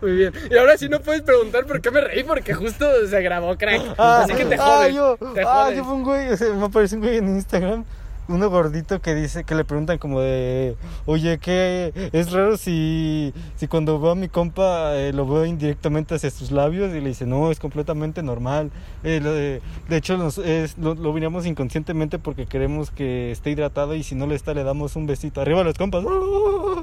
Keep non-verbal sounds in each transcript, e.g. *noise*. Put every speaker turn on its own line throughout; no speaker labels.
Muy bien. Y ahora sí no puedes preguntar por qué me reí, porque justo se grabó, crack. Así que te jodes.
*laughs* Ah, yo,
te
ah,
jodes.
yo fui un güey, o sea, me apareció un güey en Instagram, uno gordito que dice, que le preguntan como de, oye, que es raro si, si cuando veo a mi compa eh, lo veo indirectamente hacia sus labios y le dice, no, es completamente normal. Eh, lo de, de hecho, nos- es- lo, lo miramos inconscientemente porque queremos que esté hidratado y si no le está, le damos un besito. Arriba los compas.
Ah,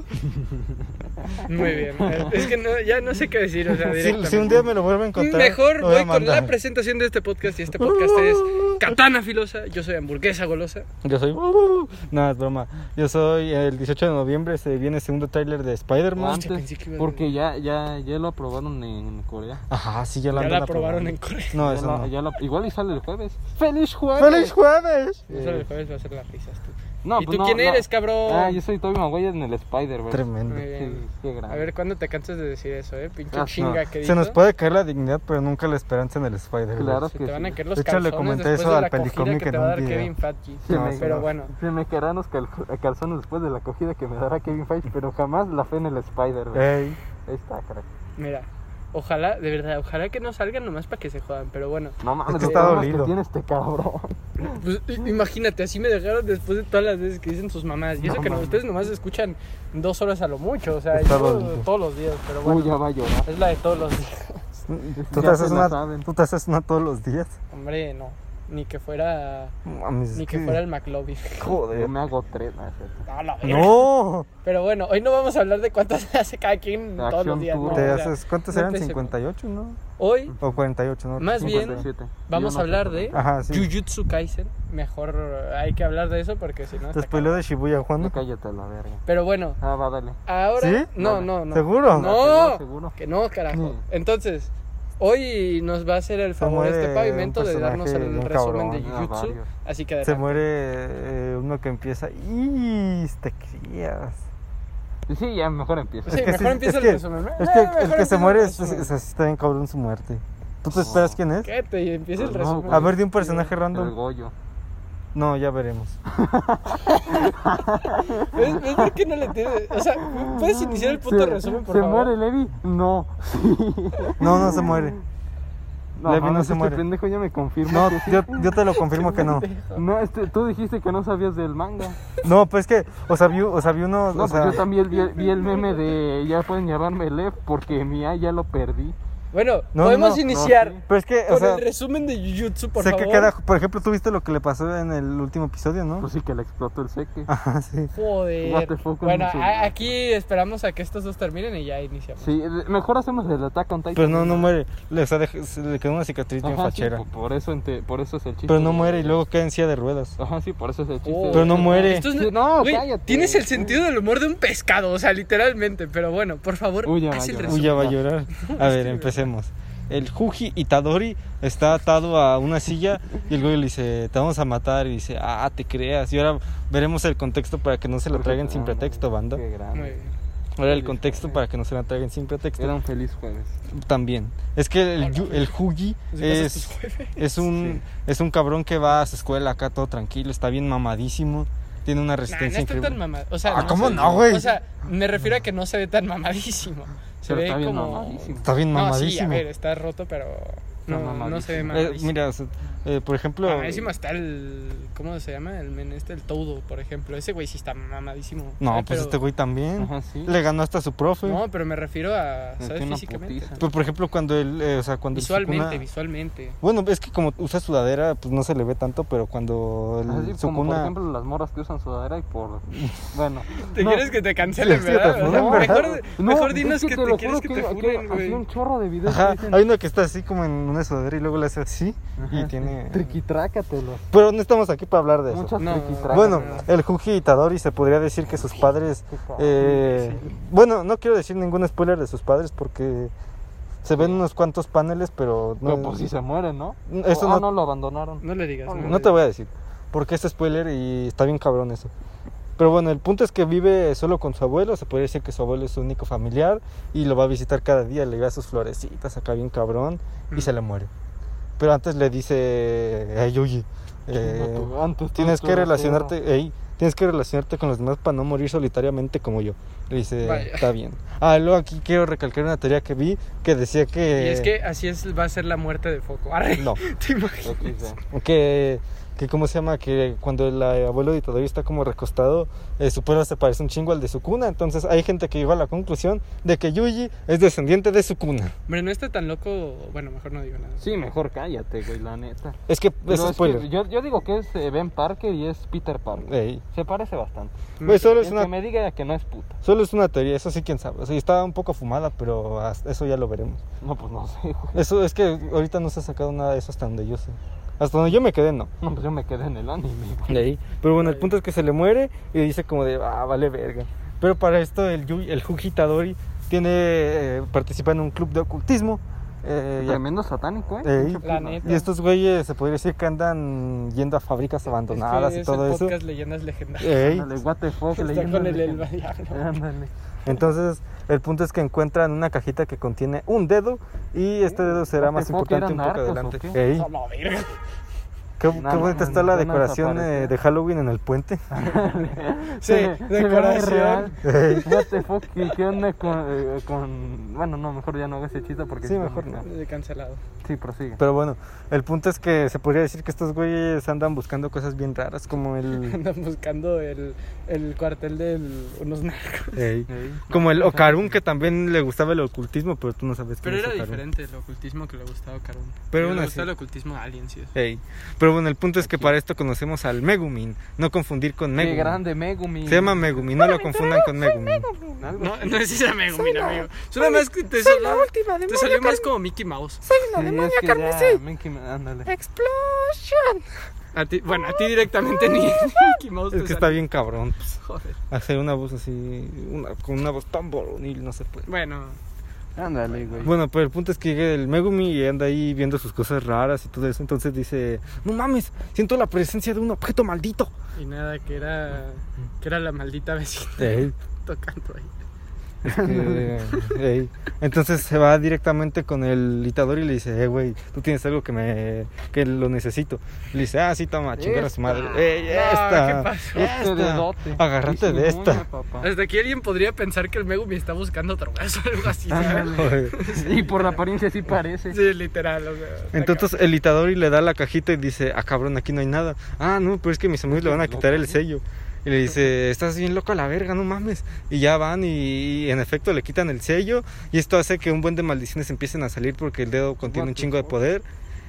Muy bien. Es que no, ya no sé qué decir.
*laughs*
O sea,
Si,
directamente.
si un día me lo vuelven a encontrar.
Mejor
lo voy a
voy con la
mandar.
presentación de este podcast y este podcast
*laughs*
es Katana Filosa, yo soy hamburguesa golosa.
Yo soy. Uh, no, es broma. Yo soy. El 18 de noviembre se viene el segundo tráiler de Spider-Man.
Hostia, pensé que iba a-
Antes, porque ya, ya, ya lo aprobaron en Corea.
Ajá, sí, ya la
Ya
andan
la probaron
aprobando.
en Corea. *laughs*
No,
Ya
eso
la-
no.
ya la- igual y sale el jueves. ¡Feliz jueves!
¡Feliz jueves!
Eso el jueves va a ser las risas tú.
No,
¿Y
pues
tú
no,
quién
no.
eres, cabrón?
Ah, yo soy Toby Maguire en el Spider-Verse.
Tremendo.
Muy
Sí,
bien.
qué grande.
A ver cuándo te cansas de decir eso, eh, pinche
Ah,
No,
chinga que
se nos
dijo.
puede caer la dignidad, pero nunca la esperanza en el Spider.
Claro.
Se
que
te van a
sí.
caer los
De hecho, le
calzones
comenté
después
eso
de
al
la acogida
Pelicómic
que te
en
va a
un
dar
video.
Kevin Fatji.
Se me-
Pero bueno,
Se me caerán los cal- calzones después de la acogida que me dará Kevin Feige, pero jamás la fe en el Spider-Verse.
Ey,
Ahí está, crack.
mira, ojalá, de verdad, ojalá que no salgan nomás para que se jodan, pero bueno.
No mames,
que
los
está
traumas que
dolido.
tiene este cabrón.
Pues, i- imagínate, así me dejaron después de todas las veces que dicen sus mamás. Y eso que no, ustedes nomás escuchan dos horas a lo mucho, o sea,
Está
yo
dolido.
todos los días, pero bueno,
Uy, ya va a llorar.
es la de todos los días.
¿tú, te
Ya
haces
se la
una,
saben.
tú te haces una todos los días.
Hombre, no, ni que fuera,
Mames, es
ni que
que-
fuera el McLovin.
Yo
Joder.
me hago tres. no es cierto.
No, la verga.
No,
Pero bueno, hoy no vamos a hablar de cuánto se *laughs* hace cada quien
La
todos los
acción
días. no,
pura.
o
te
sea,
haces. ¿Cuántos
no
eran?
te sé-
58, ¿no?
Hoy
O 48, ¿no?
Más bien,
57.
vamos
Yo
a
no sé.
hablar de
Ajá, sí.
Jujutsu Kaisen. Mejor eh, hay que hablar de eso porque si no.
Te
está
spoiló de Shibuya, Juan.
Ya cállate a la verga.
cabrón. Pero bueno,
Ah, va, dale.
ahora.
¿Sí?
No,
Vale.
no, no.
¿Seguro?
No,
Seguro, seguro.
que no, carajo.
Sí.
Entonces, hoy nos va a hacer el
Se
favor
muere
este pavimento
un
de darnos
personaje
el
bien
resumen de
cabrón. Ah,
Jujutsu.
varios.
Así que
Se
adelante.
muere eh, uno que empieza. ¡Y te crías!
Y Sí, ya
*laughs*
mejor empieza.
Sí,
que
mejor
sí,
empieza
es
el
que-
resumen.
Es
Eh,
que
mejor
el que
empieza
se
el
muere es,
resumen.
es- es- está bien cabrón su muerte. ¿Tú
Oh,
te esperas quién es?
¿Qué te empieza el
No,
resumen?
A ver, de
*laughs*
un personaje
El
random.
Goyo.
No, ya veremos.
¿Ves, ves por qué no le tienes? O sea, puedes iniciar el puto
Se-
resumen, por
¿Se
favor.
muere Levi? No.
No, no se muere. Levi no
mames,
se
este
muere.
pendejo ya me confirmó.
No,
que sí.
yo, yo
*laughs*
te lo confirmo que no.
No, este, tú dijiste que no sabías del manga.
No, pues es que, o sea, vi, o sea, vi uno,
No,
o sea,
pues yo
*laughs*
también vi, vi el meme de ya pueden llamarme Lev porque mi A ya lo perdí.
Bueno,
No,
podemos
no, no,
iniciar
sí.
pero es que,
con
o sea,
el resumen de Jujutsu, por
sé
favor.
que queda, por ejemplo, tú viste lo que le pasó en el último episodio, ¿no?
Pues sí que le explotó el seque.
Ajá, sí.
Joder.
What the fuck,
Bueno,
no sé.
a- aquí esperamos a que estos dos terminen y ya iniciamos.
Sí, de- mejor hacemos el ataque on Titan.
Pero Pues no, no muere, le, o sea, dej- se le quedó una cicatriz bien
Ajá, sí, pues
fachera.
po- por, eso ente- por eso es el chiste.
Pero no
de-
muere y luego queda en silla de ruedas.
Ajá, sí, por eso es el chiste. Ah,
Oh.
de-
Pero no muere.
Esto es-
Sí, no,
güey,
cállate.
Tienes el sentido del humor de un pescado, o sea, literalmente. Pero bueno, por favor,
Uy, ya
haz
va,
el
ya va.
Uy,
resumen.
ya va
*laughs*
a llorar. A ver, empecemos. El Juji Itadori está atado a una silla y el güey le dice, te vamos a matar. Y dice, ah, te creas. Y ahora veremos el contexto para que no se lo
Porque-
traigan sin
ah,
pretexto,
no,
banda.
qué grande.
Muy bien.
Ahora el contexto para que no se lo traigan sin
Era
pretexto.
un feliz jueves.
También. Es que el, yu- el Juji
Así pasas tus
es,
pues, jueves.
es, un, es un cabrón que va a su escuela acá todo tranquilo, está bien mamadísimo, tiene una
Nah, no
resistencia
está tan
increíble.
mamado. O sea,
Ah, ¿cómo
se-
no, güey?
O sea, me refiero a que no se ve tan mamadísimo. Se
Pero
ve
está bien
como.
mamadísimo.
Está bien
No, sí, a
mamadísimo.
ver, está roto, pero.
Está
No, no se ve
mamadísimo.
Eh,
mamadísimo.
mira, o sea, eh, por ejemplo...
Mamadísimo está el. ¿Cómo se llama? El men este, el Todo, por ejemplo. Ese güey sí está mamadísimo. Eh,
No, pues
pero-
este güey también.
Ajá, sí.
Le ganó hasta a su profe.
No, pero me refiero a.
Metió
¿Sabes?
una
Físicamente.
putiza.
Pero, por ejemplo, cuando él, eh, o sea, cuando el
Visualmente,
Sukuna-
visualmente.
Bueno, es que como usa sudadera, pues no se le ve tanto, pero cuando el
Así Ah, como por
Sukuna-
ejemplo las morras que usan sudadera y por...
*laughs*
Bueno.
Te
no.
quieres que te cancelen,
Sí,
¿verdad?
te
O sea,
funan, ¿verdad?
mejor, mejor dinos
es
que,
lo
te quieres
juro
que te
hay-
funen,
hay, hay
güey.
un chorro de videos
Ajá,
que dicen...
hay uno que está así como en una sudadera y luego le hace así y
Ajá,
tiene...
sí. Triquitrácatelos.
Pero no estamos aquí para hablar de eso.
Muchas
No.
triquitrácatelos.
Bueno, el Juji Itadori se podría decir que sus padres... eh, Bueno, no quiero decir ningún spoiler de sus padres porque se ven unos cuantos paneles, pero... No,
Pero pues si se muere, ¿no?
Eso
Ah,
no-
no lo abandonaron.
No le digas.
No,
No te voy a decir, porque es spoiler y está bien cabrón eso. Pero bueno, el punto es que vive solo con su abuelo, se podría decir que su abuelo es su único familiar y lo va a visitar cada día, le da sus florecitas acá bien cabrón y
Mm.
se le muere. Pero antes le dice, ay, oye, eh,
Antes tú
tienes
tú
que
eras
relacionarte, ey, Tienes que relacionarte con los demás para no morir solitariamente como yo. Le dice,
Vaya.
está bien. Ah, luego aquí quiero recalcar una teoría que vi que decía que...
Y es que así es, va a ser la muerte de Foco. *laughs* Arre,
No,
¿Te imaginas?
*laughs*
XD.
que... Que cómo se llama, que cuando el eh, abuelo dictador está como recostado, eh, su pelo se parece un chingo al de su cuna. Entonces hay gente que llegó a la conclusión de que Yuji es descendiente de su cuna.
Hombre, no está tan loco. Bueno, mejor no digo nada.
Sí, mejor cállate, güey, la neta.
Es que
Pero
es
es que
spoiler.
yo, yo digo que es eh, Ben Parker y es Peter Parker.
Ey.
Se parece bastante.
Güey, Pues solo es
El
una
que me diga Mm, que no es puta.
Solo es una teoría, eso sí, quién sabe. O sea, está un poco fumada, pero hasta- eso ya lo veremos.
No, pues no sé, güey. *laughs*
Eso es que ahorita no se ha sacado nada de eso hasta donde yo sé. Hasta donde yo me quedé, no.
No, pues yo me quedé en el anime, güey.
De ahí. Pero bueno, el punto es que se le muere y dice como de, ah, vale verga. Pero para esto el, Yu- el Jujitadori tiene, eh, participa en un club de ocultismo. eh, y-
Tremendo satánico, ¿eh?
Ey.
Pinche
La
puto.
neta.
y estos güeyes se podría decir que andan yendo a fábricas abandonadas
Este
y todo
es el
eso.
podcast Leyendas Legendarias.
Ey.
Ándale, what the fuck,
Está
leyendo
con el
leyenda.
Elba Diablo.
*laughs* Ándale.
Entonces, el punto es que encuentran una cajita que contiene un dedo y este dedo será
¿What
más
the fuck,
importante un
eran
poco
narcos
adelante.
o qué?
Ey,
A la verga.
qué
No,
qué
no,
bonita
no,
está la
no, no
decoración eh,
desapareció.
de Halloween en el puente.
Sí,
Se- se ve muy
decoración.
Ey.
real. What the fuck, ¿y ¿qué onda con, eh, con- Bueno, no, mejor ya no hagas ese chiste porque...
Sí,
está
mejor
muy
no.
feo.
Eh, Cancelado. *laughs*
Sí, prosigue.
Pero bueno, el punto es que se podría decir que estos güeyes andan buscando cosas bien raras como el
Andan buscando el, el cuartel de unos narcos.
ey,
*laughs* Ey.
como el Okarun que también le gustaba el ocultismo, pero tú no sabes quién
Pero
es
era
Okarun.
diferente el ocultismo que le gustaba a Karun. A
Pero
mí
aún
me
así.
gustaba el ocultismo a aliens. y eso.
Ey. Pero bueno, el punto es que para esto conocemos al Megumin, no confundir con
Qué
Megumin.
grande Megumi.
Se llama Megumin, no lo confundan con Megumin.
Algo
No, no es esa Megumin, amigo. Suena más que te, salió-
última
te salió más como Mickey Mouse.
La demonia ándale.
Explosion.
A ti, bueno, a ti directamente ni *laughs* Mickey Mouse
Es
te
que está
salió.
bien cabrón. pues.
Joder.
hacer una voz así, una, con una voz tan boronil, no se puede.
Bueno,
Ándale, güey.
Bueno, pero el punto es que llega el Megumi y anda ahí viendo sus cosas raras y todo eso. Entonces dice, no mames, siento la presencia de un objeto maldito.
y nada, que era, que era la maldita vecina *laughs* tocando ahí.
Es que, ey. Entonces se va directamente con el litador y le dice, eh, güey, tú tienes algo que me que lo necesito. Le dice, ah, sí, toma, chingar a su madre. Ey,
No,
esta,
¿qué pasó?
Este
esta.
dedote.
Agárrate
Y
de
sin uña,
esta.
papá.
Hasta aquí alguien podría pensar que el Megumi está buscando drogas o algo así. ¿sabes?
*laughs* Joder.
Y por la apariencia sí parece.
Sí, literal. o sea, está
Entonces el Itadori le da la cajita y dice, ah cabrón, aquí no hay nada. Ah, no, pero es que mis amigos le van a quitar el sello. Y le dice, estás bien loco a la verga, no mames. Y ya van y, y en efecto le quitan el sello. Y esto hace que un buen de maldiciones empiecen a salir porque el dedo contiene
What
un
the
chingo de
fuck?
poder.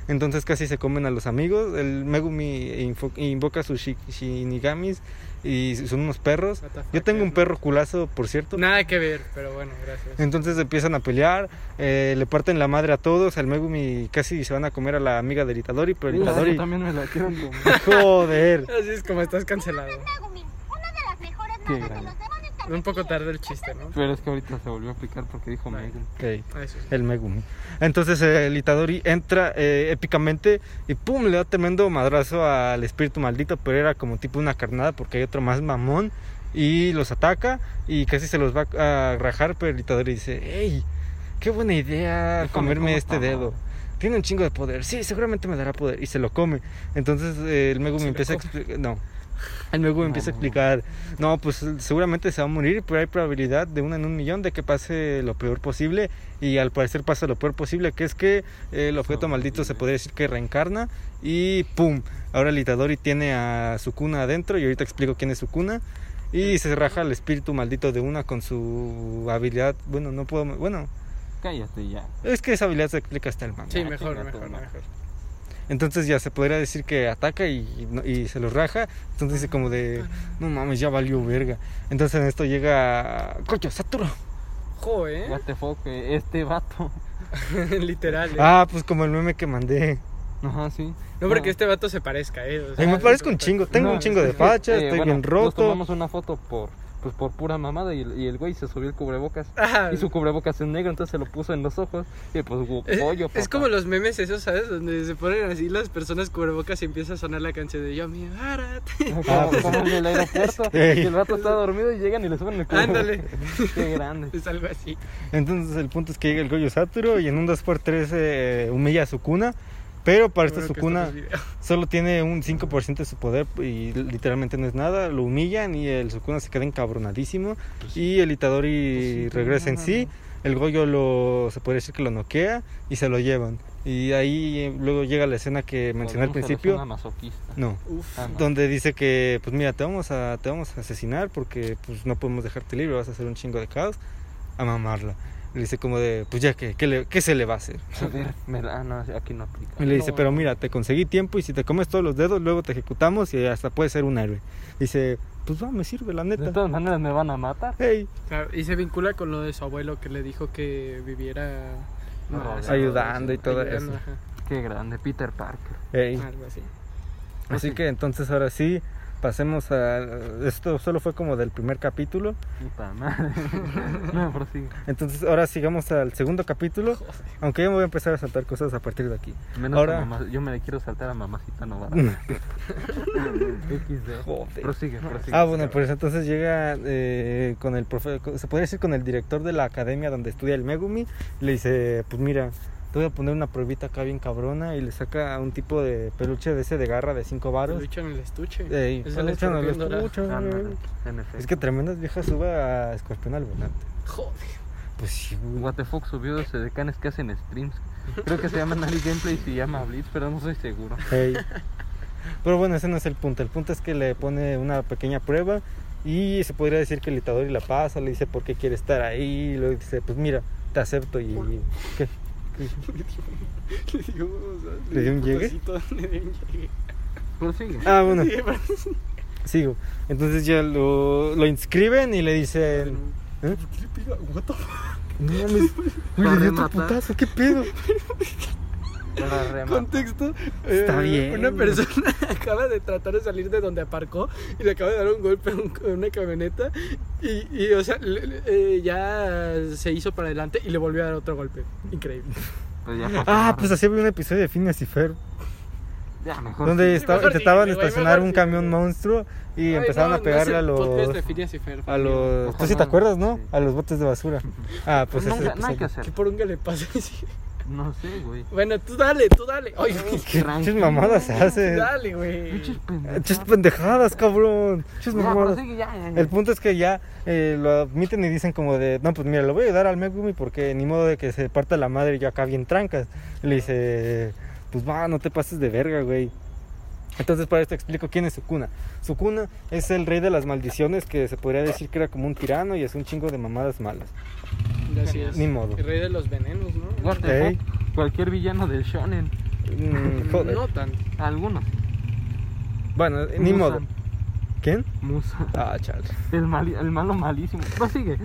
Entonces casi se comen a los amigos. El Megumi info- invoca sus shi- shinigamis y son unos perros.
What the
Yo
fuck,
tengo un
¿no?
perro culazo, por cierto.
Nada que ver, pero bueno, gracias.
Entonces empiezan a pelear, eh, le parten la madre a todos, al Megumi casi se van a comer a la amiga de Itadori, pero el
Sí, yo
Itadori...
también me la quiero comer.
Joder.
Así es como estás cancelado.
Megumin, una de las mejores
Qué
magas de
grande.
los demonios
Un poco tarde el chiste, ¿no?
Pero es que ahorita se volvió a aplicar porque dijo
Vale.
Megumi.
Ok,
Ah, Eso sí.
el Megumi. Entonces eh, el Itadori entra eh, épicamente y pum, le da tremendo madrazo al espíritu maldito, pero era como tipo una carnada porque hay otro más mamón y los ataca y casi se los va a rajar, pero el Itadori dice, hey, qué buena idea
Déjame
comerme
como
este
estaba".
dedo. Tiene un chingo de poder. Sí, seguramente me dará poder. Y se lo come. Entonces eh, el Megumi
lo
empieza a
come.
explicar. No. El Megumi
No,
empieza a
no, no.
explicar. No, pues seguramente se va a morir, pero hay probabilidad de una en un millón de que pase lo peor posible. Y al parecer pasa lo peor posible, que es que eh, el objeto maldito se
Sobrevive.
podría decir que reencarna. Y ¡pum! Ahora el Itadori tiene a su cuna adentro. Y ahorita explico quién es su cuna. Y se raja el espíritu maldito de una con su habilidad. Bueno, no puedo. Bueno,
Cállate ya.
es que esa habilidad se explica hasta el manga.
Sí,
Ah,
mejor,
chinga tu
mejor,
madre.
mejor.
Entonces ya se podría decir que ataca y, y no- y se los raja. Entonces dice como de, no mames, ya valió verga. Entonces en esto llega, coño, Saturo.
Jo, ¿eh?
What the fuck, eh, este vato.
*laughs*
*laughs*
Literal. ¿eh?
Ah, pues como el meme que mandé.
Ajá, sí.
No porque este vato se parezca, ¿eh? O
Ay, me parezco un chingo, tengo
No,
un chingo de
es
*laughs*
que,
facha,
eh,
estoy
bueno,
bien
Nos
roto.
tomamos una foto por pues por pura mamada y, el- y el güey se subió el cubrebocas.
Ah,
Y su cubrebocas es negro, entonces se lo puso en los ojos. Y pues, gu-
es,
pollo,
Eh, es
papá.
como los memes esos, ¿sabes? Donde se ponen así las personas cubrebocas y empieza a sonar la canción de Yo mi
*laughs*
árate".
Ah,
*laughs* Como,
pues,
como en el aeropuerto.
*laughs* Ey.
Y el vato está dormido y llegan y le suben el cubrebocas.
Ándale.
*laughs* Qué grande.
Es algo así.
Entonces el punto es que llega el coño Saturo y en un 2x3 eh, humilla a su cuna. Pero para esta
Seguro que
Sukuna
esto no es video.
solo tiene un 5% de su poder y literalmente no es nada. Lo humillan y el Sukuna se queda encabronadísimo. y el Itadori
pues sí,
regresa en
no,
sí. El Goyo lo, se puede decir que lo noquea y se lo llevan. Y ahí eh, luego llega la escena que mencioné al principio. No.
Uf.
Ah, no.
Donde dice que, pues mira, te vamos a, te vamos a asesinar porque pues, no podemos dejarte libre, vas a hacer un chingo de caos. A mamarla. Le dice como de, pues ya que, ¿qué, le- qué se le va a hacer?
A ver, me la- ah, no, aquí no aplica.
Y le dice,
No,
pero mira, te conseguí tiempo y si te comes todos los dedos, luego te ejecutamos y hasta puedes ser un héroe. Dice, pues va, me sirve, la
De
neta.
todas maneras me van a matar.
Hey,
Claro, y se vincula con lo de su abuelo que le dijo que viviera
No,
más,
ayudando y todo eso.
ajá,
Qué grande, Peter Parker.
hey.
algo así.
Así que entonces ahora sí, pasemos a... Esto solo fue como del primer capítulo.
Puta
*laughs*
madre. no, pero sí.
Entonces ahora sigamos al segundo capítulo. Aunque yo me voy a empezar a saltar cosas a partir de aquí.
Menos
Ahora-
a mamá- Yo me le quiero saltar a
*laughs*
mamacita *laughs* Novara. XD.
Joder.
Prosigue, prosigue.
Ah, bueno, pues entonces llega eh, con el profe, con- se podría decir con el director de la academia donde estudia el Megumi, le dice, pues mira, te voy a poner una pruebita acá bien cabrona y le saca a un tipo de peluche de ese de garra de cinco varos.
Lucha en el estuche.
Ey,
es el
escucha, no lo
escorpión dorado.
escucha,
Ándale,
güey.
en efecto.
Es que tremendas viejas suba a escorpión al volante.
*laughs* Joder.
Pues sí, güey.
What the fuck subió ese de canes que hacen streams. Creo que se llama Nari Gameplay y se llama Blitz, pero no soy seguro.
Ey. Pero bueno, ese no es el punto. El punto es que le pone una pequeña prueba y se podría decir que el Itadori la pasa, le dice por qué quiere estar ahí, y luego dice, pues mira, te acepto y... ¿qué?
Le dio, o sea,
¿Le dio un llegue?
putacito, le dio un llegue.
Prosigue.
Ah,
*laughs*
bueno,
Sí, pero-
sigo. Entonces ya lo, lo inscriben y le dicen... ¿Eh?
¿Por qué le pega? What the fuck?
No mames,
*laughs*
güey, le dio otro
rematar.
putazo, ¿qué pedo?
Para remar.
Contexto.
Está
eh,
bien.
Una persona *laughs* acaba de tratar de salir de donde aparcó y le acaba de dar un golpe a, un- a una camioneta y, y, o sea, le- le- eh, ya se hizo para adelante y le volvió a dar otro golpe. Increíble.
Pues ya,
Ah,
por
pues
favor.
así había un episodio de Phineas y Ferb,
Ya, mejor.
donde
sí,
estaba-
mejor
intentaban
síguele, güey,
estacionar
mejor
un camión
síguele.
monstruo y
Ay,
empezaron
no,
a pegarle
no es
a
el podcast
los...
de Phineas y Ferb.
A los... Tú sí te
Ojalá.
acuerdas, ¿no?
Sí.
A los botes de basura. Ah, pues
no,
ese
no hay que
episodio.
¿Qué
hacer.
poronga le pasa? *laughs* Sí.
No sé, güey.
Bueno, tú dale, tú dale. Ay,
*laughs*
güey,
¿Qué
Tranquilo.
pinches mamadas se hacen?
dale, güey.
Pinches
Pinches
pendejadas.
pendejadas, cabrón. Pinches
Ya,
mamadas.
prosigue, ya, ya, ya.
El punto es que ya eh, lo admiten y dicen como de, no, pues mira, lo voy a ayudar al Megumi porque ni modo de que se parta la madre y yo acá bien trancas. Y le dice, pues va, no te pases de verga, güey. Entonces para esto explico quién es Sukuna. Sukuna es el rey de las maldiciones que se podría decir que era como un tirano y es un chingo de mamadas malas.
Gracias.
Ni modo.
El rey de los venenos, ¿no?
What the
Ey.
fuck? Cualquier villano del shonen.
Mm, joder.
No tan.
Algunos.
Bueno, eh, ni
Musan.
modo. ¿Quién?
Musa.
Ah, chale.
El, mali- el malo malísimo. Prosigue.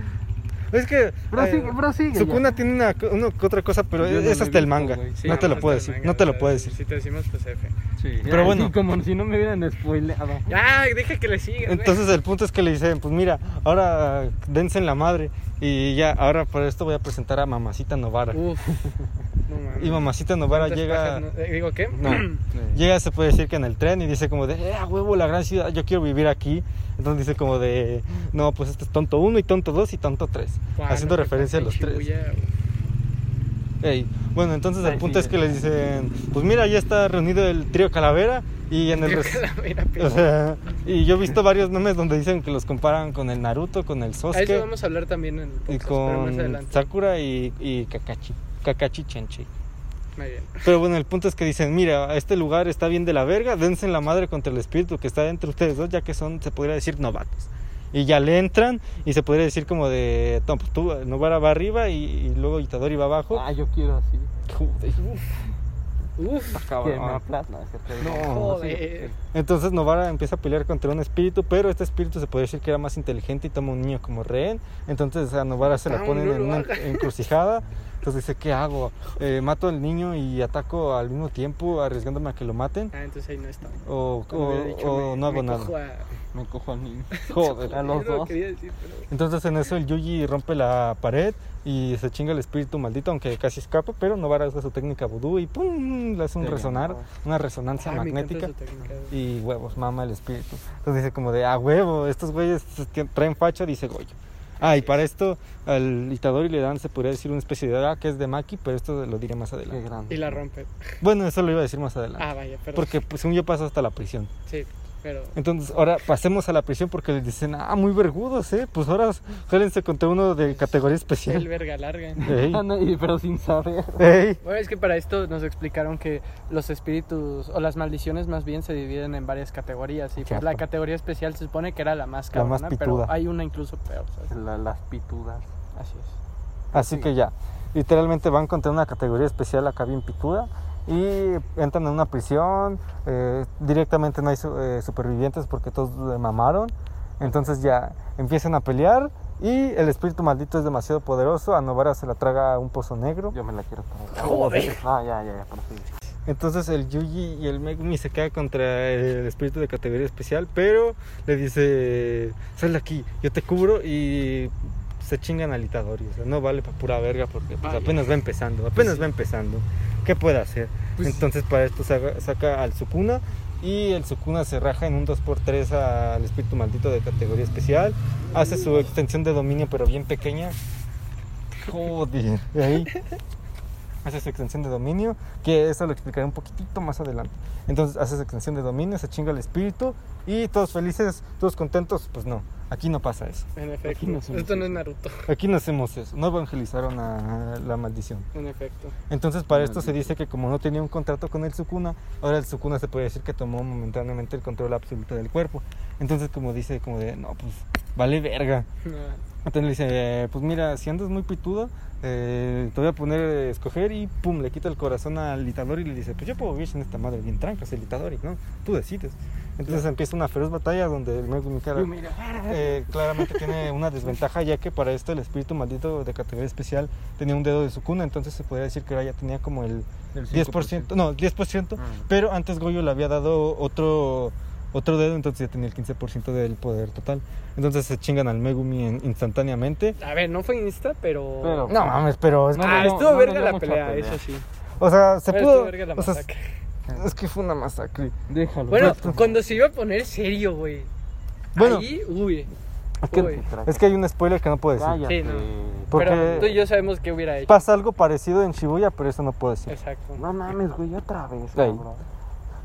Es que...
Prosigue,
eh,
prosigue. ya.
Sukuna tiene una, una que otra cosa, pero
Yo no
es
lo he
hasta el
visto,
manga.
güey. Sí,
no te
hasta
lo
el
puedo decir,
manga,
no te
o
lo
sea,
puedo decir.
Si te decimos, pues F.
Sí,
Pero
ay,
bueno.
sí, como si no me hubieran spoileado.
Ya, deja que le siga.
Entonces el punto es que le dicen, pues mira, ahora dense en la madre y ya, ahora por esto voy a presentar a Mamacita Novara.
Uf. *laughs* No mames.
Y Mamacita Novara
¿Cuántas
llega,
pajas no- eh, Digo, ¿qué?
*clears throat* No. llega, se puede decir que en el tren y dice como de, eh, a huevo, la gran ciudad, yo quiero vivir aquí. Entonces dice como de, no, pues este es tonto uno y tonto dos y tonto tres,
Buah,
haciendo
no,
referencia a los
pinche
tres.
bulla, güey.
Ey, Bueno, entonces el
Ay,
punto
sí,
es que le dicen, pues mira, ya está reunido el trío Calavera
*laughs*
y en el...
Creo
res-
que la mera
*laughs* O
pena.
sea, y yo he visto varios memes donde dicen que los comparan con el Naruto, con el
A eso
Sasuke
vamos a hablar también en el
y
podcast, pero más
con
adelante.
Sakura y, y Kakashi, Kakashi Sensei.
Muy bien.
Pero bueno, el punto es que dicen, mira, este lugar está bien de la verga, dense en la madre contra el espíritu que está dentro de ustedes dos, ya que son, se podría decir, novatos. Y ya le entran y se podría decir como de, no, pues tú, Novara va arriba y, y luego Itadori va abajo.
Ah, yo quiero así.
Joder,
Uf.
Que me
cabrón.
aplasma. es cierto,
Ah, No,
Joder.
Entonces Novara empieza a pelear contra un espíritu, pero este espíritu se puede decir que era más inteligente y toma un niño como rehén. Entonces a Novara se la
Ah,
ponen
no
en
lo
una
*laughs* hagas.
encrucijada. Entonces dice, ¿qué hago? Eh, ¿Mato al niño y ataco al mismo tiempo arriesgándome a que lo maten?
Ah, entonces ahí no está.
¿O,
Como
o-
había dicho,
o
me-
no hago
me cojo
nada?
a-
Me cojo
*laughs*
a mí.
Joder.
A los
Yo no lo
dos.
quería decir, pero-
Entonces en eso el Yuji rompe la pared y se chinga el espíritu maldito, aunque casi escapa, pero Novara usa su técnica vudú y ¡pum! le hace un
Te
resonar,
ganó.
una resonancia
Ay, Ah, me encanta
magnética.
su técnica, güey.
y "Ah, huevos, mama el espíritu. Entonces dice como de, a huevo, estos güeyes tien- traen facha, dice Goyo. Ah, y para esto al Itadori le dan, se podría decir, una especie de daga que es de Maki, pero esto lo diré más
Qué
adelante.
grande.
Y la rompe.
Bueno, eso lo iba a decir más adelante.
Ah, vaya, perdón.
porque pues, según yo paso hasta la prisión.
Sí,
*laughs*
pero.
Entonces, ahora pasemos a la prisión porque les dicen, ah, muy vergudos, ¿eh? Pues ahora jálense contra uno de categoría
El
especial.
verga larga.
Ey,
Ah, no, *laughs* y- pero sin saber.
ey.
Bueno, es que para esto nos explicaron que los espíritus, o las maldiciones más bien, se dividen en varias categorías. Y pues
Cierto.
la categoría especial se supone que era la más
La más
cabrona, pero
pituda.
hay una incluso peor. ¿sabes?
La- las pitudas.
Así es.
Así que ya, literalmente van contra una categoría especial acá bien pituda y entran en una prisión, eh, directamente no hay su- eh, supervivientes porque todos le mamaron, entonces ya empiezan a pelear y el espíritu maldito es demasiado poderoso, a Novara se la traga a un pozo negro,
Yo me la quiero traer.
Joder.
Ah, ya, ya, ya, prosigue.
entonces el Yuji y el Megumi se caen contra el espíritu de categoría especial, pero le dice, sal de aquí, yo te cubro y... Se chingan al Itadori, o sea, no vale para pura verga porque pues,
Vaya.
apenas va empezando, apenas va empezando. ¿Qué puede hacer?
Pues sí.
Entonces para esto saca, saca al Sukuna y el Sukuna se raja en un 2x3 al espíritu maldito de categoría especial. Hace su extensión de dominio pero
*laughs*
bien pequeña. Joder. Ahí. Hace su extensión de dominio, que eso lo explicaré un poquitito más adelante. Entonces hace su extensión de dominio, se chinga el espíritu y todos felices, todos contentos, pues no, aquí no pasa eso.
En
Aquí
efecto.
no somos
esto no es Naruto.
Aquí no hacemos eso, no evangelizaron a la maldición.
En efecto.
Entonces para esto se dice que como no tenía un contrato con el Sukuna, ahora el Sukuna se puede decir que tomó momentáneamente el control absoluto del cuerpo. Entonces como dice, como de, no, pues vale verga.
No.
Entonces le dice, eh, pues mira, si andas muy pitudo, eh, te voy a poner a escoger y pum, le quita el corazón al Itadori y le dice, pues yo puedo vivir sin esta madre bien trancas, el Itadori, ¿no? Tú decides. Entonces empieza una feroz batalla donde el Megumi cara-
Yo, mira,
eh, claramente tiene una desventaja ya que para esto el espíritu maldito de categoría especial tenía un dedo de su cuna, entonces se podría decir que ahora ya tenía como el 10%, no, 10%, pero antes Goyo le había dado otro otro dedo, entonces ya tenía el 15% del poder total. Entonces se chingan al Megumi en- instantáneamente.
A ver, no fue Insta, pero.
Pero-
No mames, pero es
No,
que-
ah,
no,
estuvo
no,
verga
no,
la
mucha
pelea,
pelea.
eso sí.
o sea, se
Pero
pudo
estuvo verga la
o sea,
masacre.
es que fue una masacre.
Déjalo.
Bueno, cuando se iba a poner serio, güey.
Bueno.
Ahí, uy.
Es que,
Uy.
es que hay un spoiler que no puedo decir.
Cállate.
Sí,
Porque
Pero tú y yo sabemos qué hubiera hecho.
pasa algo parecido en Shibuya, pero eso no puedo decir.
Exacto.
No mames, güey, otra vez,
Ey.
cabrón.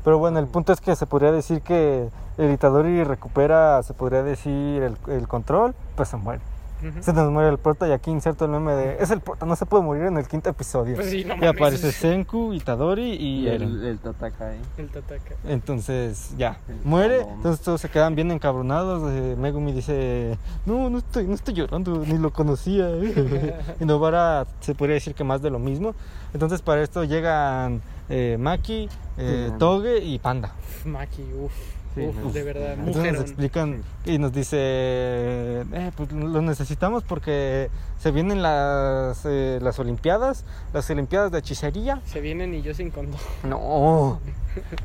Pero bueno, el punto es que se podría decir que el Itadori recupera, se podría decir, el, el control, pues se muere.
Ujú.
Se nos muere el prota y aquí inserto el meme de... Es el prota, no se puede morir en el quinto episodio.
Pues sí, no
y
mames.
aparece Senku, Itadori y,
Y
Eren.
el, el eh. Tataka ahí.
El Tataka.
Entonces, ya,
El
muere.
cabrón.
Entonces todos se quedan bien encabronados. eh, Megumi dice, no, no estoy, no estoy llorando, ni lo conocía. eh". *laughs* y Novara se podría decir que más de lo mismo. Entonces para esto llegan eh, Maki, eh,
Sí.
Toge y Panda.
Maki, uff.
Sí,
uf,
no.
de verdad,
Entonces nos
mujerón.
explican y nos dice, eh, pues lo necesitamos porque se vienen las, eh, las Olimpiadas, las Olimpiadas de hechicería.
Se vienen y yo sin condón.
No.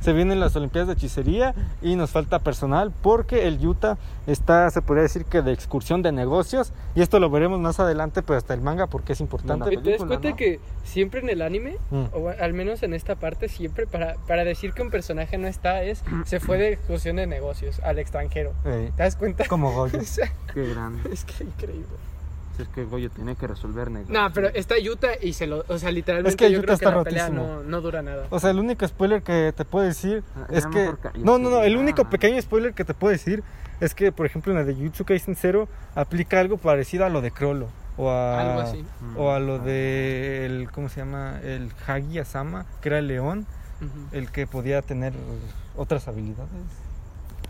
Se vienen las Olimpiadas de hechicería y nos falta personal porque el Utah está, se podría decir que de excursión de negocios y esto lo veremos más adelante, pero hasta el manga porque es importante.
Oye, ¿Te das
película,
cuenta
¿no?
que siempre en el anime,
Mm.
o al menos en esta parte, siempre para, para decir que un personaje no está es se fue de excursión de negocios al extranjero?
Eh,
¿Te das cuenta? *laughs*
como Goyo.
O sea,
Qué grande.
es que increíble.
Es que Goyo tiene que resolver negocios.
No, pero está Yuta y se lo. O sea, literalmente
Es que
yo
Yuta
creo que
está
la pelea
rotísimo.
no, no dura nada.
O sea, el único spoiler que te puedo decir
Ah, ya
es que.
mejor cállate.
No, no, no. El único
Ah.
pequeño spoiler que te puedo decir es que, por ejemplo, en la de Jujutsu Kaisen Zero aplica algo parecido a lo de Crollo. O a,
Algo así.
O a lo
Mm.
de. El, ¿Cómo se llama? El Hagi Asama, que era el león,
Ujú.
el que podía tener otras habilidades.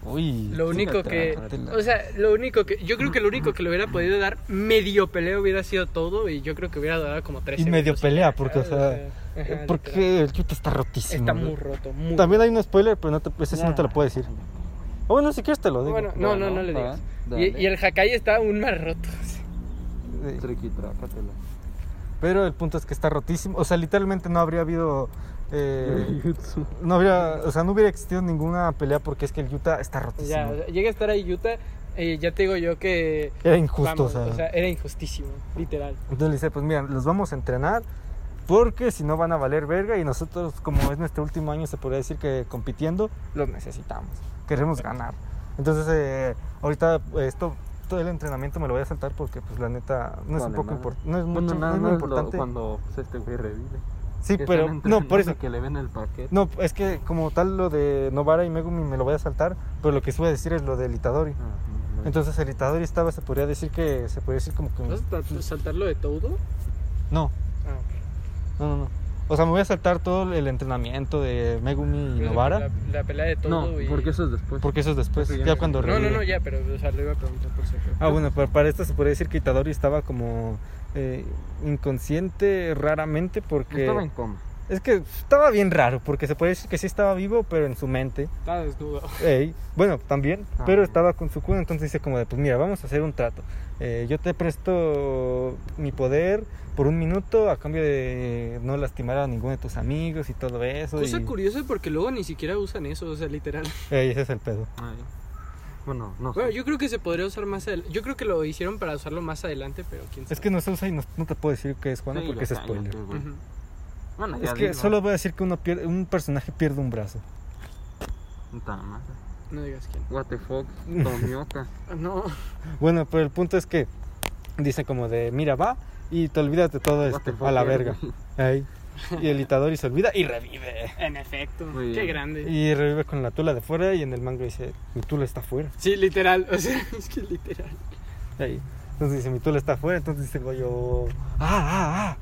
Uy.
Lo único que.
trágatela.
O sea, lo único que. Yo creo que lo único que le hubiera podido dar medio pelea hubiera sido todo. Y yo creo que hubiera dado como tres
Y medio pelea, porque, o sea.
eh,
eh,
ajá, literal.
Porque el Yuta está rotísimo.
Está
güey.
muy roto. Muy
También hay un spoiler, pero no te, ese sí no te lo puedo decir. O bueno, si quieres te lo digo.
Bueno, no, no, no le
Bueno,
digas.
va,
Y,
dale.
y el Hakai está aún más roto.
Eh,
Triqui, trácatela.
Pero el punto es que está rotísimo. O sea, literalmente no habría habido.
*laughs*
eh, no habría. O sea, no hubiera existido ninguna pelea porque es que el Utah está
Ya,
rotísimo.
o sea, llega a estar ahí Yuta. Y ya te digo yo que.
Era injusto,
vamos,
o sea.
era injustísimo, literal.
Entonces le dice: Pues mira, los vamos a entrenar porque si no van a valer verga. Y nosotros, como es nuestro último año, se podría decir que compitiendo, los necesitamos. Queremos ganar. Entonces, eh, ahorita eh, esto resto del entrenamiento me lo voy a saltar porque, pues, la neta, no es
Vale,
un poco
madre.
importante. No es mucho
Bueno, nada
no es muy
más lo-
importante.
cuando pues, este güey revive.
sí,
Que
pero.
están
No, por eso.
entrenando Que le ven el paquete.
No, es que como tal lo de Novara y Megumi me lo voy a saltar, pero lo que sí voy a decir es lo de Itadori.
Ah, no, no.
Entonces el Itadori estaba, se podría decir que, se podría decir como que...
¿Pues?
¿Vas a tra- saltarlo de todo?
No,
Ah, ok.
no, no, no. O sea, me voy a saltar todo el entrenamiento de Megumi y
Pero La,
Novara,
la pelea de todo.
no,
y-
porque eso es después.
porque eso es después,
Eso pues,
ya
ya no-
cuando...
No, no,
revive.
no, ya, pero o sea, lo iba a preguntar por si acaso.
Ah, bueno, pero para esto se podría decir que Itadori estaba como eh, inconsciente raramente porque...
Estaba en coma.
Es que estaba bien raro, porque se puede decir que sí estaba vivo, pero en su mente.
Está desnudo.
Ey, bueno, también,
Ah,
pero
ya.
estaba con su cuno, entonces dice como de, pues mira, vamos a hacer un trato. Eh, yo te presto mi poder por un minuto a cambio de no lastimar a ninguno de tus amigos y todo eso.
Cosa
y...
curiosa porque luego ni siquiera usan eso, o sea,
*laughs*
literal.
Ey, ese es el pedo.
Ah, ya. Bueno, no. sé.
Bueno, yo creo que se podría usar más adelante. Yo creo que lo hicieron para usarlo más adelante, pero quién sabe.
Es que no se usa y no, no te puedo decir qué es Juana
Sí,
porque
ya
es
está, ya
spoiler.
qué bueno.
Ujú.
Bueno, ya
Es que
digo,
solo voy a decir que uno pierde, un personaje pierde un brazo.
puta madre.
No digas quién.
What the fuck,
*laughs*
Tomioka.
Ah, No,
Bueno, pero el punto es que dice como de, mira, va y te olvidas de todo
What the
esto,
fuck,
a la
eh,
verga.
güey.
Ey. Y
*laughs*
el Itadori se olvida y revive.
en efecto.
Muy bien.
Qué grande.
Y revive con la tula de fuera y en el manga dice, mi tula está fuera.
Sí, literal. O
*laughs*
sea, es que literal.
Ahí. Entonces dice, mi tula está fuera, entonces dice Goyo, ah, ah, ah.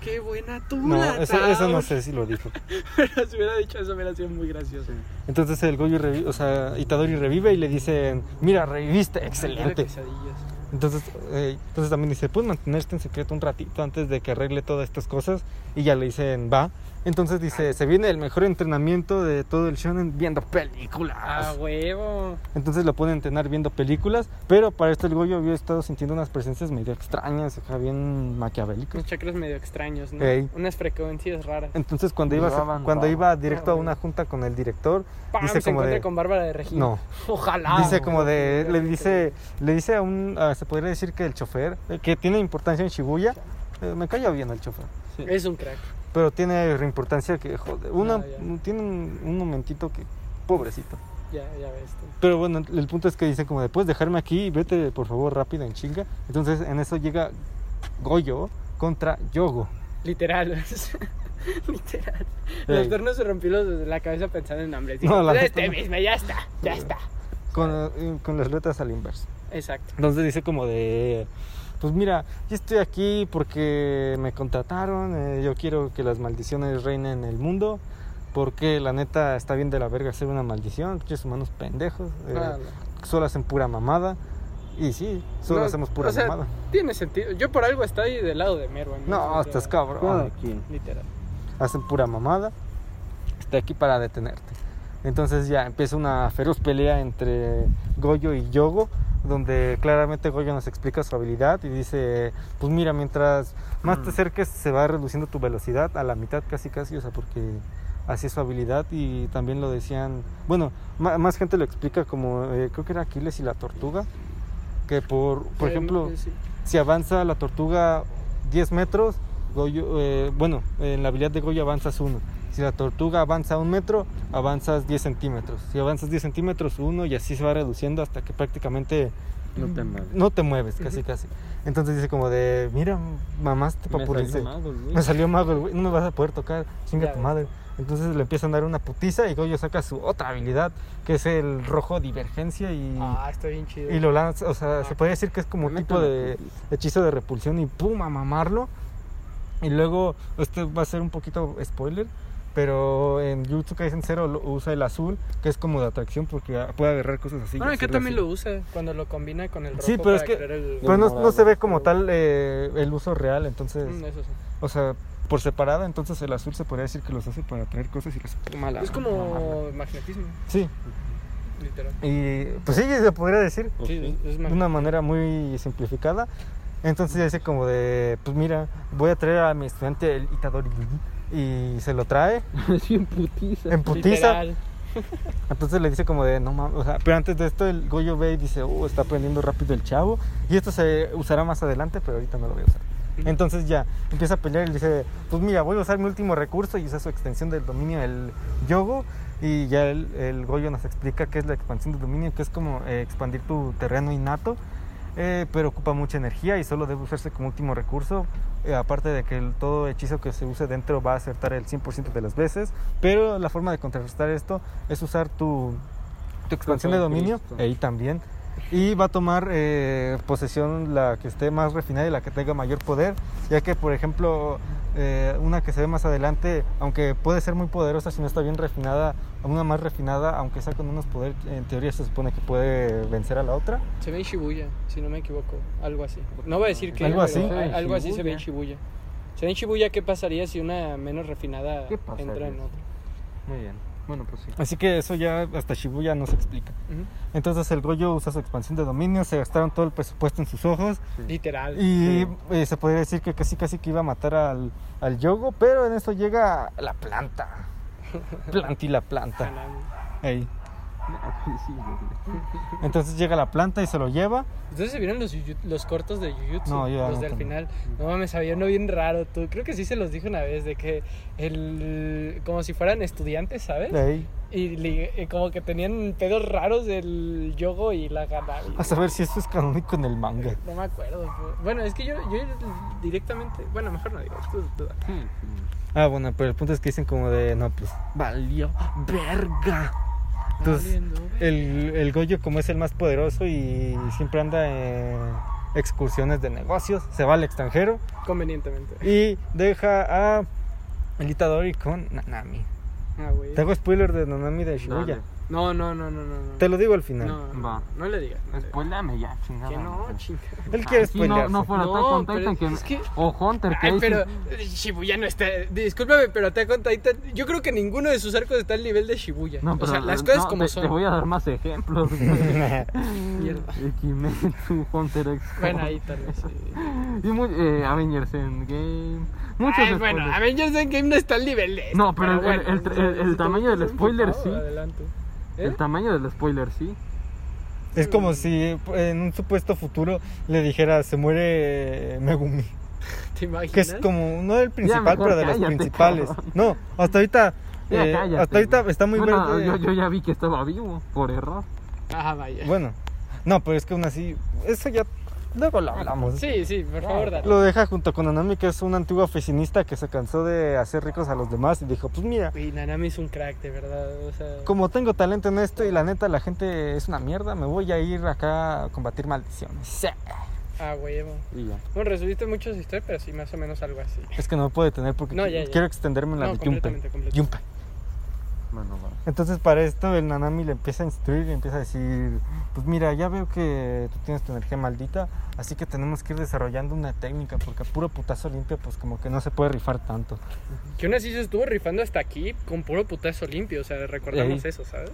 Qué buena tú.
No, eso, eso no sé si lo dijo.
*laughs* Pero si hubiera dicho eso, hubiera sido muy gracioso.
Entonces el Goyo, revi- o sea, Itadori revive y le dicen, mira, reviviste,
Era
excelente.
quesadillas.
Entonces, eh, entonces también dice, puedes mantenerte en secreto un ratito antes de que arregle todas estas cosas. Y ya le dicen, va. Entonces dice, se viene el mejor entrenamiento de todo el shonen viendo películas.
Ah, huevo.
Entonces lo pueden entrenar viendo películas, pero para esto el Goyo había estado sintiendo unas presencias medio extrañas, acá bien maquiavélicas.
Unos chakras medio extraños, ¿no?
Ey.
Unas frecuencias raras.
Entonces cuando iba, a-
Llevaban
cuando
rabo.
iba directo a una junta con el director,
¡Pam!
dice
se
como
encuentra
de-
con Bárbara de Regina.
no,
Ojalá.
dice
güey.
como de, le dice, le dice a un, a- se podría decir que el chofer, eh, que tiene importancia en Shibuya, eh, me calla bien el chofer,
Es un crack.
pero tiene importancia que, joder, una,
Ah, ya.
tiene un, un momentito que, pobrecito.
Ya, ya ves. tú.
Pero bueno, el punto es que dice como de, puedes dejarme aquí y vete por favor rápido en chinga. Entonces en eso llega Goyo contra Yogo.
Literal. *laughs* o sea, Literal.
Ey.
Los tornos se rompieron desde la cabeza pensando en hambre.
No,
Dijo,
la
este
neta no.
mismo, ya está, ya está.
Con, eh, con las letras al inverso.
Exacto.
Entonces dice como de, pues mira, yo estoy aquí porque me contrataron, eh, yo quiero que las maldiciones reinen en el mundo, porque la neta está bien de la verga hacer una maldición, pinches humanos pendejos, eh,
Ah, no.
solo hacen pura mamada, y sí, solo
No,
hacemos pura
o sea,
mamada.
Tiene sentido. Yo por algo estoy del lado de Merwan.
No,
O sea,
estás cabrón.
Cada quien.
Literal.
hacen pura mamada. Estoy aquí para detenerte. Entonces ya empieza una feroz pelea entre Goyo y Yogo, donde claramente Goyo nos explica su habilidad y dice, pues mira, mientras más te
Mm.
acerques se va reduciendo tu velocidad a la mitad casi casi, o sea, porque así es su habilidad y también lo decían, bueno, ma- más gente lo explica como, eh, creo que era Aquiles y la tortuga, que por, por
Eh,
ejemplo
sí.
si avanza la tortuga 10 metros, Goyo- eh, bueno, en la habilidad de Goyo avanzas 1. Si la tortuga avanza un metro, avanzas 10 centímetros. Si avanzas 10 centímetros, 1 y así se va reduciendo hasta que prácticamente
No te
*laughs*
mames.
no te mueves, casi, casi. Entonces dice como de, mira, mamaste
Me
papurrice.
salió mal,
*laughs*
güey.
Me salió mago, el güey, no me vas a poder tocar, chinga
Ya
tu
ves.
madre. Entonces le empiezan a dar una putiza y Goyo saca su otra habilidad, que es el rojo divergencia y...
Ah, está bien chido.
mm. Y lo lanza, o sea, se puede decir que es como un
Me
tipo
meten la
de
putiza.
hechizo de repulsión y pum, a mamarlo. Y luego, esto va a ser un poquito spoiler, pero en Jujutsu Kaisen Zero lo- usa el azul, que es como de atracción porque puede agarrar cosas así.
bueno, Ah, acá
hacerlo
también
así.
lo usa cuando lo combina con el rojo.
Sí, pero
para
es que-
crear el-
Pero no, no se ve como
Pero-
tal eh, el uso real, entonces,
Mm, eso sí.
o sea, por separada, entonces el azul se podría decir que los hace para atraer cosas y las puma la-
Es
mamarla.
como magnetismo,
Sí,
literal.
y pues sí, se podría decir.
Ok.
Sí,
*laughs*
es
de una manera muy simplificada. Entonces ya dice como de, pues mira, voy a traer a mi estudiante el Itadori Yugi", y se lo trae
Sí, en putiza.
en putiza.
Literal.
Entonces le dice como de, no mames, o sea, pero antes de esto el Goyo ve y dice, oh, está aprendiendo rápido el chavo y esto se usará más adelante, pero ahorita no lo voy a usar. Entonces ya empieza a pelear y le dice, pues mira, voy a usar mi último recurso y usa su extensión del dominio del yogo y ya el, el Goyo nos explica qué es la expansión del dominio, que es como eh, expandir tu terreno innato eh, pero ocupa mucha energía y solo debe usarse como último recurso. Eh, aparte de que el- todo hechizo que se use dentro va a acertar el 100% de las veces, pero la forma de contrarrestar esto es usar tu, tu expansión de dominio,
Cristo.
ahí también. Y va a tomar eh, posesión la que esté más refinada y la que tenga mayor poder, ya que por ejemplo eh, una que se ve más adelante, aunque puede ser muy poderosa si no está bien refinada, una más refinada, aunque sea con unos poderes, en teoría se supone que puede vencer a la otra.
Se ve en Shibuya, si no me equivoco. Algo así. No voy a decir que.
Algo así.
algo así se ve en Shibuya. Se ve en Shibuya, ¿qué pasaría si una menos refinada
¿Qué pasaría?
entra en otra?
Muy bien. Bueno, pues sí. *laughs*
Así que eso ya hasta Shibuya no se explica.
Ujú.
Entonces el rollo usa su expansión de dominio, se gastaron todo el presupuesto en sus ojos
Literal.
y eh, se podría decir que casi casi que iba a matar al, al Yogo, pero en eso llega la *laughs* planta. Planti la planta.
Ganamos.
Ey.
Ay, Ah, sí, güey.
Entonces llega la planta y se lo lleva.
Entonces se vieron los, yuyu- los cortos de Jujutsu,
No, yo ya
los
no
del
tengo.
final. No mames, había uno bien raro, tú. Creo que sí se los dije una vez, de que el. como si fueran estudiantes, ¿sabes?
Ey.
Y, li- y como que tenían pedos raros del yogo y la gana.
A saber si esto es canónico en el manga.
No me acuerdo. fue- Bueno, es que yo, yo directamente. Bueno, mejor no digo. tú- tú dale.
Sí, sí.
Ah, bueno, pero el punto es que dicen como de, no, pues, valió verga. Entonces, eh,
Valiendo, güey.
el, el Goyo, como es el más poderoso y siempre anda en excursiones de negocios, se va al extranjero
Convenientemente.
y deja a el Itadori con Nanami.
Ah, güey.
Te hago spoiler de Nanami de Shibuya.
Dale.
No, no, no, no, no. no.
Te lo digo al final.
No, no,
Va.
no, no le digas. no le digas.
Spoileame ya, chingada.
Que no, chingada.
Él quiere
Ah, Sí, no,
spoilearse.
no fuera
No,
Attack on
pero
Titan que...
es que-
O Hunter que
Ay,
ahí
pero
sí-
eh, Shibuya no está. Discúlpame, pero Attack on Titan. Yo creo que ninguno de sus arcos está al nivel de Shibuya.
No,
o sea,
pero-
las cosas
no,
como
te,
son.
Te voy a dar más ejemplos.
*laughs* Mierda.
güey. Kimetsu, *laughs* Hunter X.
Bueno, ahí tal vez. sí.
Y mu- eh, Avengers Endgame. Muchos
Ay, Ah, bueno,
spoilers.
Avengers Endgame no está al nivel de. esto,
No, pero el-
bueno,
el- el- el
si
tamaño
te
del
gustas un
spoiler,
putado,
sí.
Adelante. ¿Eh?
El tamaño del spoiler, sí.
*laughs* Es como si en un supuesto futuro le dijera, se muere Megumi.
¿Te imaginas?
Que es como, no el principal,
mejor
pero de los
cállate,
principales.
cabrón.
No, hasta ahorita.
Ya,
eh,
cállate,
hasta ahorita
güey.
está muy
Bueno,
verde.
Yo, yo ya vi que estaba vivo, por error.
Ah, vaya.
Bueno, no, pero es que aún así, eso ya luego lo hablamos.
Sí, sí, por favor, dale.
Lo deja junto con Anami, que es una antigua oficinista que se cansó de hacer ricos a los demás y dijo, pues mira,
Y Nanami es un crack, de verdad. O sea,
como tengo talento en esto y la neta la gente es una mierda, me voy a ir acá a combatir maldiciones. Sí.
ah, huevo.
Y ya.
Bueno, resumiste muchas historias, pero sí, más o menos algo así.
Es que no me puedo detener porque
No,
qui-
ya, ya.
quiero extenderme en la
No,
de
completamente,
Junpei.
completamente.
Junpei.
Bueno, va.
Entonces para esto el Nanami le empieza a instruir y empieza a decir, pues mira, ya veo que tú tienes tu energía maldita, así que tenemos que ir desarrollando una técnica, porque a puro putazo limpio pues como que no se puede rifar tanto.
Que aún así se estuvo rifando hasta aquí con puro putazo limpio, o sea, recordamos
Ey.
eso, ¿sabes?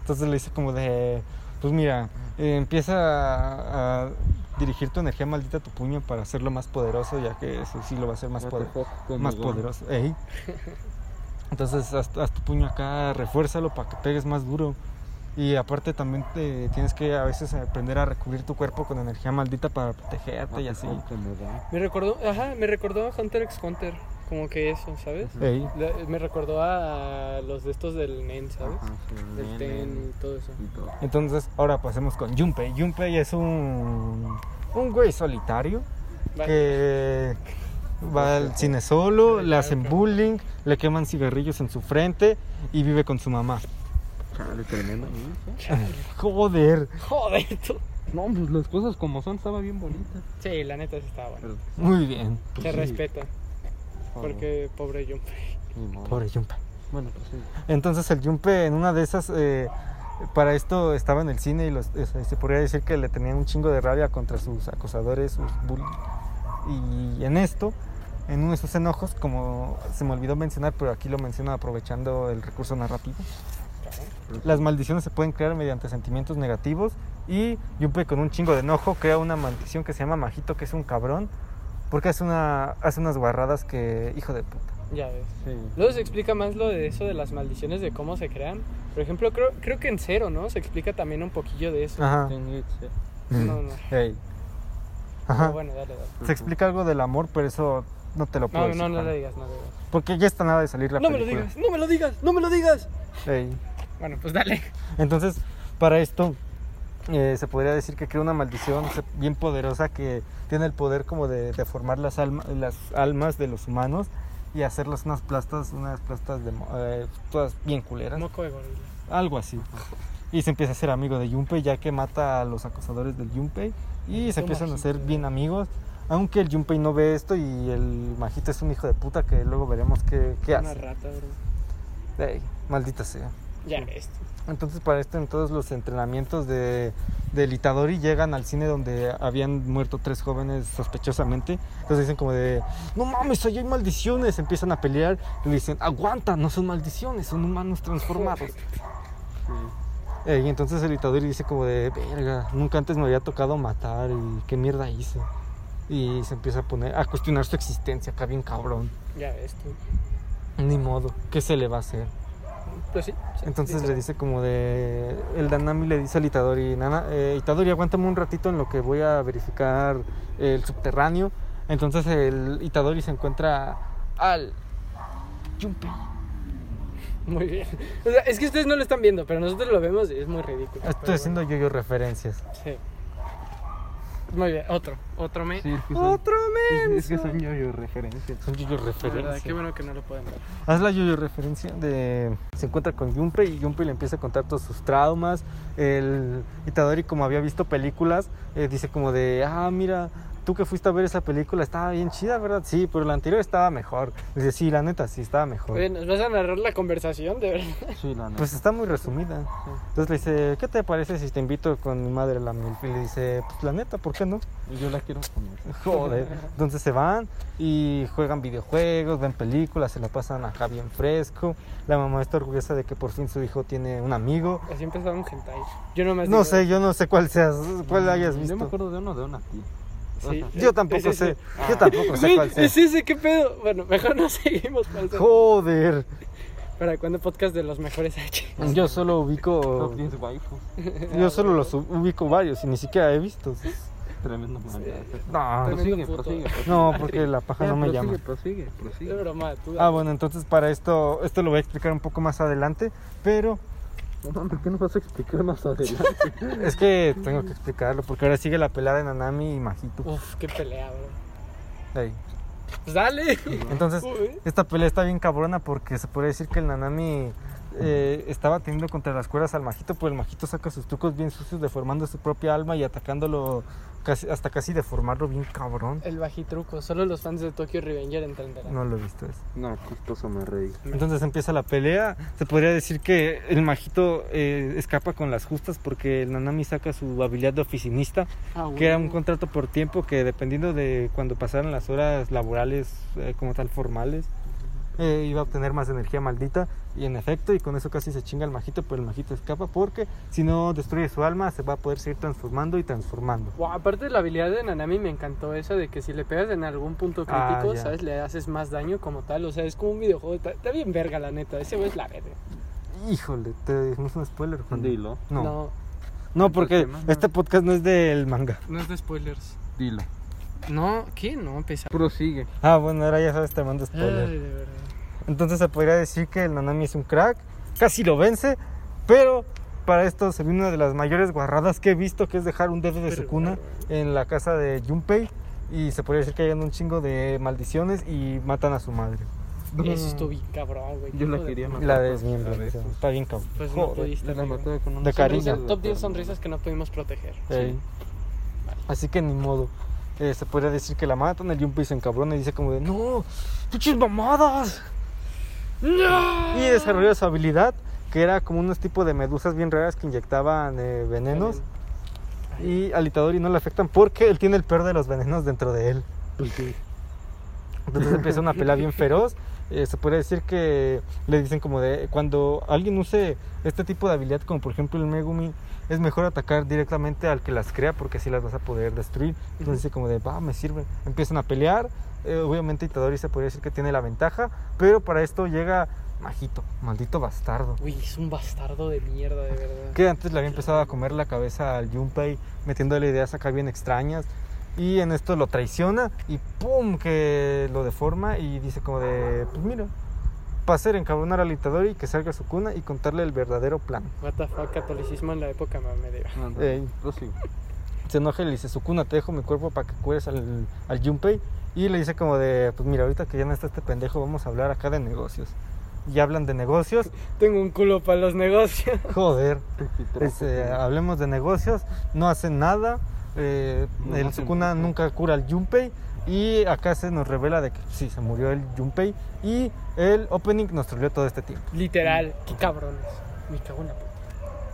Entonces le dice como de, pues mira, eh, empieza a, a dirigir tu energía maldita a tu puño para hacerlo más poderoso, ya que eso sí lo va a hacer más,
What the
poder-
fuck, como
más
va.
poderoso. Ey. Entonces haz, haz tu puño acá, refuérzalo para que pegues más duro. Y aparte también te- tienes que a veces aprender a recubrir tu cuerpo con energía maldita para protegerte y así.
Como va.
Me recordó, ajá, me recordó a Hunter x Hunter, como que eso, ¿sabes?
Ey.
La- me recordó a los de estos del NEN, ¿sabes?
Ajá, sí,
Del
bien,
TEN y
bien.
todo eso.
Y todo.
Entonces ahora pasemos con Junpei. Junpei es un, un güey solitario.
Vale. *laughs*
que va al cine solo,
Sí,
le hacen
claro.
bullying, le queman cigarrillos en su frente y vive con su mamá.
Chale, tremendo. ¿no?
Joder,
Joder, tú.
No, pues las cosas como son, estaba bien bonita.
Sí, la neta sí estaba bueno.
Pero,
muy bien.
Se
sí.
respeta, porque pobre Junpei.
Ni modo.
Pobre Junpei.
Bueno, pues sí.
Entonces el Junpei en una de esas, eh, para esto estaba en el cine y los- eh, se- se podría decir que le tenían un chingo de rabia contra sus acosadores, sus bullies. Y en esto, en uno de sus enojos, como se me olvidó mencionar, pero aquí lo menciono aprovechando el recurso narrativo, Las maldiciones se pueden crear mediante sentimientos negativos y Junpei con un chingo de enojo crea una maldición que se llama Majito, que es un cabrón, porque hace, una, hace unas guarradas que, hijo de puta.
Ya ves.
sí.
Luego se explica más lo de eso de las maldiciones, de cómo se crean. Por ejemplo, creo, creo que en cero, ¿no? Se explica también un poquillo de eso.
Ajá.
Tengo que-
No, no.
Ey.
Pero
Ajá.
bueno, dale, dale.
Se explica algo del amor, pero eso no te lo puedo
No,
decir.
no, no
Juan,
le digas, no le digas.
Porque ya está nada de salir Pues, la
No me lo
película.
digas, no me lo digas, no me lo digas.
Ey.
Bueno, pues dale.
Entonces, para esto, eh, se podría decir que crea una maldición se- bien poderosa que tiene el poder como de deformar las, alma- las almas de los humanos y hacerlos unas plastas, unas plastas de, mo- eh, todas bien culeras,
Moco de gorila.
algo así. Y se empieza a ser amigo de Junpei ya que mata a los acosadores del Junpei y se
Maldito
empiezan a ser
majito.
bien amigos. Aunque el Junpei no ve esto y el majito es un hijo de puta que luego veremos qué, qué
Una
hace.
rata, bro.
Ey, maldita sea.
Ya ves. tú.
Entonces para esto en todos los entrenamientos de, del Itadori llegan al cine donde habían muerto tres jóvenes sospechosamente. Entonces dicen como de, no mames, ahí hay maldiciones. Empiezan a pelear y le dicen, aguanta, no son maldiciones, son humanos transformados. Eh, y entonces el Itadori dice como de, verga, nunca antes me había tocado matar y qué mierda hice. Y se empieza a poner, a cuestionar su existencia, acá bien cabrón.
Ya ves tú.
Ni modo, ¿qué se le va a hacer?
Pues sí. sí,
Entonces le
literal.
dice como de... El Danami le dice al Itadori, Nana, eh, Itadori, aguántame un ratito en lo que voy a verificar el subterráneo. Entonces el Itadori se encuentra al... Junpei.
Muy bien. O sea, es que ustedes no lo están viendo, pero nosotros lo vemos y es muy ridículo.
Ah, Estoy
pero
haciendo yo, yo referencias.
bueno. Sí. Muy bien, otro. Otro me.
Sí, es que son,
¡Otro
es,
men!
es que son yo, yo referencias.
Son yo,
De
yo
verdad, qué
referencias.
bueno que no lo pueden ver.
Haz la yo referencia de... Se encuentra con Junpei y Junpei le empieza a contar todos sus traumas. El Itadori, como había visto películas, eh, dice como de, ah, mira, tú que fuiste a ver esa película, estaba bien chida, ¿verdad? Sí, pero la anterior estaba mejor. Dice, sí, la neta, sí, estaba mejor.
Oye, ¿nos vas a narrar la conversación? De verdad.
Sí, la neta.
Pues está muy resumida. Entonces le dice, ¿qué te parece si te invito con mi madre a la milf? Y le dice, pues la neta, ¿por qué no?
yo la quiero poner.
Joder. Entonces se van y juegan videojuegos, ven películas, se la pasan acá bien fresco. La mamá está orgullosa de que por fin su hijo tiene un amigo.
Así empezaba un hentai. Yo nomás
No
digo-
sé, yo no sé cuál seas,
Mm,
cuál hayas
Yo me
visto.
acuerdo de uno de una tía.
Sí.
Yo tampoco
Ese-
sé,
ese-
yo tampoco sé
Güey,
cuál
es
sea.
ese, ¿qué pedo? Bueno, mejor no *laughs* seguimos para, eso.
Joder,
para cuando podcast de los mejores *laughs* H.
yo solo ubico,
Top 10 waifus.
yo solo los ubico varios y ni siquiera he visto.
Tremendo manga.
No,
Prosigue,
puto.
prosigue, prosigue.
no, porque la paja
Ya,
no me
prosigue,
llama.
Prosigue,
De
prosigue.
broma, tú.
Ah, bueno, entonces para esto, esto lo voy a explicar un poco más adelante, pero
No mames, ¿qué nos vas a explicar más adelante?
es que tengo que explicarlo porque ahora sigue la pelea de Nanami y Majito.
Uf, qué pelea, bro.
Ey.
Pues
*laughs*
dale.
Entonces,
Uy.
Esta pelea está bien cabrona porque se puede decir que el Nanami eh, estaba teniendo contra las cuerdas al Majito, pero el Majito saca sus trucos bien sucios, deformando su propia alma y atacándolo casi- hasta casi deformarlo bien cabrón.
El bajitruco. Solo los fans de Tokyo Revenger entenderán.
No lo he visto eso.
*laughs* No, costoso me reí.
Entonces empieza la pelea. Se podría decir que el Majito eh, escapa con las justas porque el Nanami saca su habilidad de oficinista,
Ah,
que era un
bueno.
contrato por tiempo que dependiendo de cuando pasaran las horas laborales eh, como tal formales, eh, iba a obtener más energía maldita y en efecto y con eso casi se chinga el majito, pero el majito escapa porque si no destruye su alma se va a poder seguir transformando y transformando.
Wow, aparte de la habilidad de Nanami me encantó esa de que si le pegas en algún punto
Ah,
crítico,
ya.
¿sabes? Le haces más daño como tal. O sea, es como un videojuego. Está, está bien verga, la neta. Ese güey es la verga.
Híjole, te dijimos un spoiler. Juan.
Dilo,
No, no,
no,
porque
Entonces, ¿qué más?
este podcast no es del manga.
no es de spoilers.
dilo.
No, ¿qué? No, pesado.
Prosigue.
Ah, bueno, ahora ya sabes, te mando spoiler.
Ay, de verdad.
Entonces se podría decir que el Nanami es un crack, casi lo vence, pero para esto se vino una de las mayores guarradas que he visto, que es dejar un dedo de su
Pero,
cuna
bueno,
en la casa de Junpei y se podría decir que hayan un chingo de maldiciones y matan a su madre.
Eso estuvo bien cabrón, güey.
Yo
Hijo
la
de
quería
puta.
Y
matar.
La desmiembran,
A
o sea,
besos.
está bien cabrón.
Pues no
Joder.
pudiste.
La
amigo.
mató con un
De cariño.
Sonrisa- top 10 sonrisas que no pudimos proteger.
Ey. Así que ni modo. Eh, se podría decir que la matan, el Junpei se encabrona y dice como de, no, pinches mamadas.
¡No!
Y desarrolla su habilidad, que era como unos tipos de medusas bien raras que inyectaban eh, venenos. y al Itadori no le afectan porque él tiene el peor de los venenos dentro de él. Entonces empieza una pelea bien feroz. Eh, se puede decir que le dicen como de cuando alguien use este tipo de habilidad, como por ejemplo el Megumi, es mejor atacar directamente al que las crea porque así las vas a poder destruir. Entonces
Ujú.
dice como de, va, me sirve. Empiezan a pelear. Eh, obviamente Itadori se podría decir que tiene la ventaja, pero para esto llega Majito, maldito bastardo.
Uy, es un bastardo de mierda, de verdad.
Que antes le había empezado a comer la cabeza al Junpei, metiéndole ideas acá bien extrañas. Y en esto lo traiciona y ¡pum! que lo deforma y dice como de, pues mira, para hacer encabronar al dictador y que salga a su cuna y contarle el verdadero plan.
What the fuck, catolicismo en la época medieval.
Ándale,
Ey.
prosigue.
se enoja y le dice, Sukuna, te dejo mi cuerpo para que cueres al, al Junpei. Y le dice como de, pues mira, ahorita que ya no está este pendejo, vamos a hablar acá de negocios. Y hablan de negocios, *laughs*
Tengo un culo para los negocios. *laughs*
joder,
Piquitroco,
es, eh,
sí.
hablemos de negocios, no hacen nada, eh,
No
el
hacen
Sukuna
nada.
nunca cura al Junpei. Y acá se nos revela de que sí, se murió el Junpei y el opening nos troleó todo este tiempo.
Literal, qué cabrones. Me cago en la puta.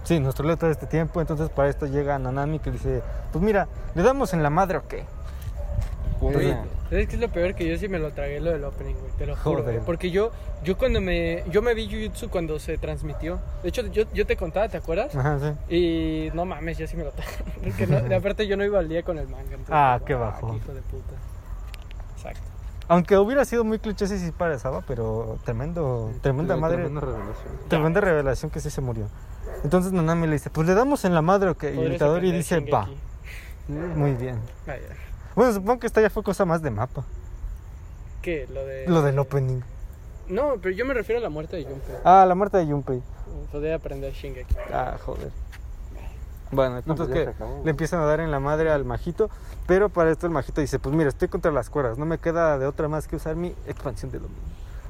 Sí, nos troleó todo este tiempo, entonces para esto llega Nanami que dice, pues mira, ¿le damos en la madre o qué? eh,
Pura-
Güey, ¿Sabes qué es lo peor? Que yo sí me lo tragué lo del opening, güey. Te lo juro,
Joder.
güey. Porque yo, yo cuando me. Yo me vi Jujutsu cuando se transmitió. De hecho, yo, yo te contaba, ¿te acuerdas?
Ajá, sí.
Y no mames, yo sí me lo tragué. *laughs* Porque no, de aparte yo no iba al día con el manga. entonces,
Ah,
como,
qué bajo.
qué hijo de puta. Exacto.
Aunque hubiera sido muy cliché si sí pasaba, pero tremendo, tremenda
Sí,
madre,
Tremenda revelación.
tremenda revelación que sí se murió. Entonces Nanami le dice, pues le damos en la madre o qué? Y el
Podrías
dictador y
aprender Ah,
dice, va,
Shingeki.
muy bien.
Vaya.
Bueno, supongo que esta ya fue cosa más de mapa,
¿Qué? Lo de.
lo del opening.
No, pero yo me refiero a la muerte de Junpei.
Ah, la muerte de Junpei.
Podría aprender Shingeki.
Ah, joder. Bueno, el punto
pues
es que
ya se acabó, güey.
le empiezan a dar en la madre al majito, pero para esto el majito dice, pues mira, estoy contra las cuerdas, no me queda de otra más que usar mi expansión de dominio.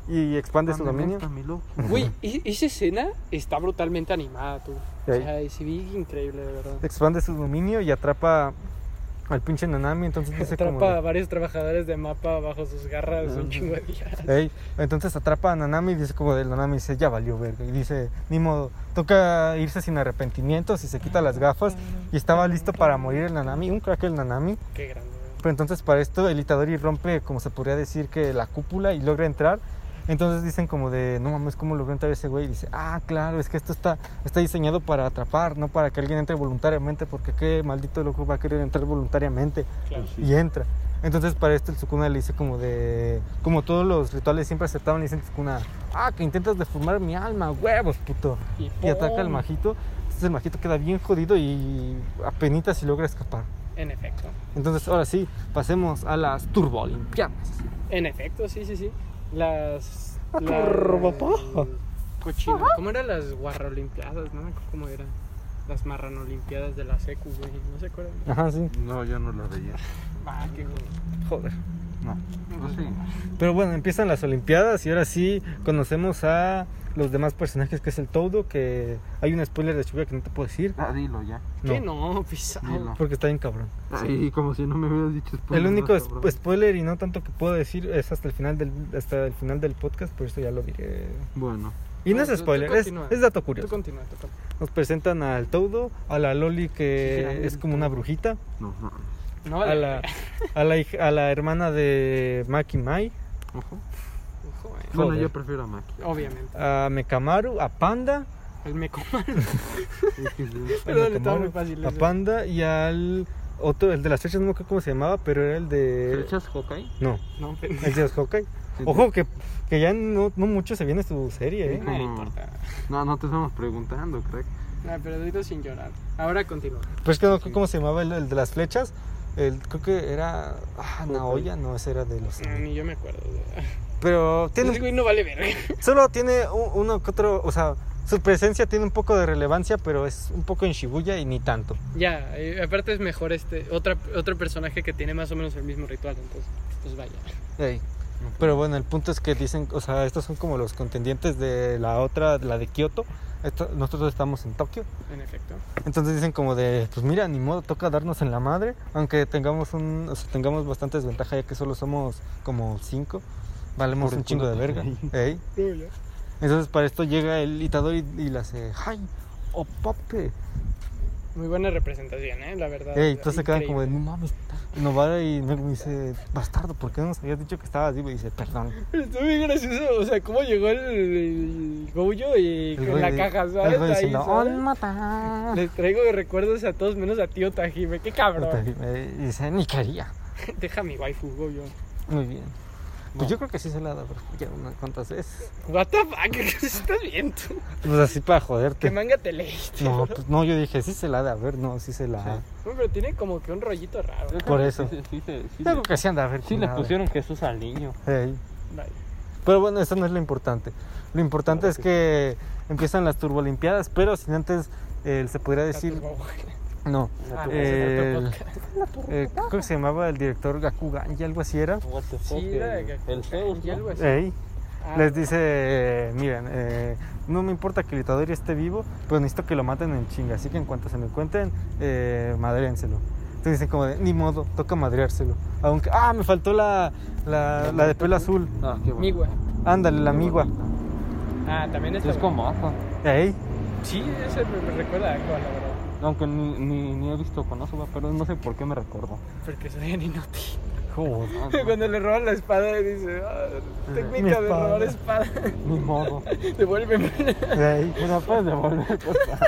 Y expande su dominio.
Ándale, mi loco.
Güey, e- esa escena está brutalmente animada, tú. O
Ey.
sea, es increíble, de verdad.
expande su dominio y atrapa al pinche Nanami, entonces dice como
Atrapa a varios trabajadores de mapa bajo sus garras un chingo de días.
de, "Ey", entonces atrapa a Nanami y dice como del Nanami dice, ya valió verga, y dice, ni modo, toca irse sin arrepentimientos y se quita las gafas y estaba listo para morir el Nanami, un crack el Nanami,
*laughs* Qué grande. güey.
pero entonces para esto el Itadori rompe, como se podría decir, que la cúpula y logra entrar. Entonces dicen como de, no mames, ¿cómo logró entrar ese güey? Y dice, ah, claro, es que esto está, está diseñado para atrapar, no para que alguien entre voluntariamente, porque qué maldito loco va a querer entrar voluntariamente.
Claro.
y entra. Entonces para esto el Sukuna le dice como de... Como todos los rituales siempre aceptaban, le dicen al Sukuna, ah, que intentas deformar mi alma, huevos, puto.
Y,
Y ataca al
¡pum!
majito. Entonces el majito queda bien jodido y apenas si logra escapar.
En efecto.
Entonces ahora sí, pasemos a las turbolimpianas.
En efecto, sí, sí, sí. Las.
Ah, Turbopaja.
Cochino. ¿Cómo eran las guarraolimpiadas? No me acuerdo cómo eran. Las marranolimpiadas de la secu, güey. No se acuerdan.
Ajá, sí.
No, yo no lo veía.
Ah, qué joder.
Joder.
No. pues Prosigue.
Pero bueno, empiezan las Olimpiadas y ahora sí conocemos a los demás personajes, que es el Todo, que hay un spoiler de Shibuya que no te puedo decir.
Ah, dilo ya.
¿Qué no, pisado?
Dilo.
Porque está bien cabrón.
Ay, como si no me hubieras dicho spoiler,
el único
no,
es- pues,
cabrón.
spoiler y no tanto que puedo decir es hasta el final del hasta el final del podcast, por eso ya lo diré.
Bueno,
Y no,
No,
es
tú- tú
spoiler, es,
continúa.
es dato
Tú
curioso.
continúa, tú continúa.
Nos presentan al Taudo, a la Loli
Sí,
que
grande
es
el
como una
Taudo.
brujita,
no, no.
No,
a
vale.
la a la, hij- a la hermana de Maki Mai,
Ojo.
Ojo, eh.
Bueno,
Joder.
yo prefiero a Maki.
Obviamente.
a Mekamaru, a Panda,
El me
a
Perdón, estaba
Mekamaru,
muy fácil
a
eso.
Panda y al otro, el de las flechas, no me acuerdo cómo se llamaba, pero era el de
¿Flechas Hawkeye?
no,
*laughs* No, pero-
el de los Hawkeye. Ojo que, que ya no, no mucho se viene su serie, ¿eh?
No
Como-
importa.
No, no te estamos preguntando, crack.
No, pero digo sin llorar. Ahora continúa.
Pues que no, creo cómo se llamaba el, el de las flechas. El, creo que era. Ah,
Hawkeye.
Naoya, no, ese era de los.
No, ni yo me acuerdo. *laughs*
Pero
Ese
tiene.
güey no vale verga.
Solo tiene u- uno que otro. O sea, su presencia tiene un poco de relevancia, pero es un poco en Shibuya y ni tanto.
Ya, eh, aparte es mejor este otra, otro personaje que tiene más o menos el mismo ritual, entonces pues vaya.
Ey.
pues
Pero bueno, el punto es que dicen. O sea, estos son como los contendientes de la otra, la de Kioto. Esto- nosotros estamos en Tokio.
En efecto.
Entonces dicen como de, pues mira, ni modo, toca darnos en la madre, aunque tengamos un, o sea, tengamos bastante desventaja ya que solo somos como cinco, valemos
Por el
un chingo de
culo. *laughs*
verga. Ey. Entonces para esto llega el Itador y, y le hace, ¡ay! ¡Oh, pape!
Muy buena representación, eh, la verdad.
Ey, entonces se quedan como de,
Increíble.
no mames, no va y me me dice, bastardo, ¿por qué no nos habías dicho que estabas vivo? Y dice, perdón.
Está bien gracioso, o sea, cómo llegó el, el Gojo y
El
con la
güey-
caja,
el
¿sabes?
güey
Ahí,
diciendo,
¿sabes?
"Oh, mata".
Les traigo de recuerdos a todos menos a tío Tajime, qué cabrón.
Y dice, ni quería.
Deja a mi waifu, Gojo.
Muy bien. Pues
No.
yo creo que sí se la ha dado ya unas cuantas veces. *laughs*
What the fuck, *laughs* estás bien tú.
Pues así para joderte.
¿Qué manga te leíste? *laughs*
*laughs* No, pues no, yo dije, sí se la ha de haber, no, sí se la ha.
Sí.
No, pero tiene como que un rollito raro.
Por eso.
Sí, sí, sí, sí,
Yo creo que sí han de haber.
sí le pusieron Jesús al niño.
Vaya.
Pero bueno, eso no es lo importante. Lo importante
Claro
es que empiezan las turbolimpiadas, pero sin antes, eh, se podría decir... No,
Ah,
eh,
ese es otro
eh, creo que se llamaba el director Gakugan y algo así era.
What the
Sí,
fuck,
era
el,
de
el Zeus,
Y
¿no?
algo así.
Ey,
Ah,
Eh, les dice, eh, miren, eh, no me importa que el Itadori esté vivo, pero necesito que lo maten en chinga, así que en cuanto se lo encuentren, eh, madréenselo. Entonces dicen como de, ni modo, toca madreárselo. Aunque, ah, me faltó la, la, la de pelo azul.
Ah, qué bueno.
Migua.
Ándale, la
Qué
migua.
Ah, también está
Es
bueno.
como agua.
Ey,
Sí, ese me, me recuerda a Aqua, la verdad.
Aunque ni, ni, ni he visto con Osoba, pero no sé por qué me recuerdo.
Porque soy bien inútil.
joder. *laughs*
Ah,
*laughs*
no,
Cuando le roban la espada, dice: "Ah,
Mi
Técnica de
espada.
robar espada. *laughs*
Ni modo.
Devuélveme. *laughs*
Ey.
Bueno, puedes devolver pues. cosas.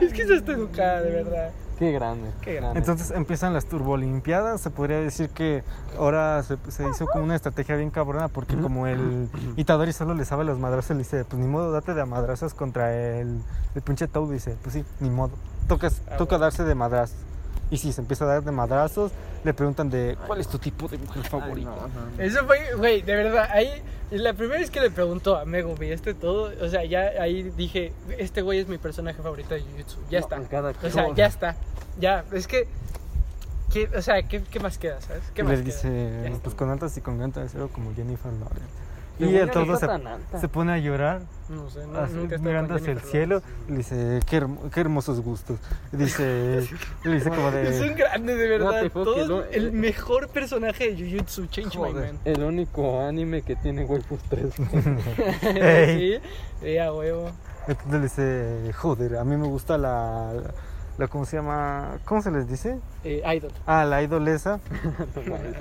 es que eso está educada, de verdad.
Qué grande.
Qué grande.
Entonces empiezan las turbolimpiadas, se podría decir que ahora se, se hizo como una estrategia bien cabrona porque como el Itadori solo le sabe los madrazos, le dice, pues ni modo, date de a madrazos contra el, el pinche Toad, dice, pues sí, ni modo, Tocas,
Ah,
toca
bueno.
darse de madrazos. Y sí, se empieza a dar de madrazos, le preguntan de, ¿cuál es tu tipo de mujer
Ay,
favorita?
no, no.
Eso fue, güey, de verdad. Ahí, la primera vez que le preguntó a Megumi este todo, o sea, ya ahí dije: Este güey es mi personaje favorito de Jujutsu. Ya
No,
está.
cada
Pues
O sea,
cosa.
ya está. Ya, es que. ¿qué, o sea, ¿qué, qué más queda, sabes? ¿Qué
Y
más queda?
le
Ya
dice,
está.
pues con altas y con grandes, algo como Jennifer Lawrence.
Mi
Y el
buena no
todo se,
está tan alta.
se pone a llorar
No sé, no,
así,
nunca he estado
mirando
con
hacia el
Jennifer
cielo
Lawrence.
y le dice qué, hermo- qué hermosos gustos Y dice le dice
*laughs* *laughs*
como
Es un
de
grande, de
No
verdad.
te puedo
Todo
que no-
el mejor personaje de Jujutsu, Change
Joder,
My
el único anime que tiene waifus
*laughs*
3.
Man.
Ey.
*laughs* sí, sí, a huevo.
entonces le dice joder a mí me gusta la, la, cómo se llama cómo se les dice
Eh, idol.
ah
*laughs*
la idolesa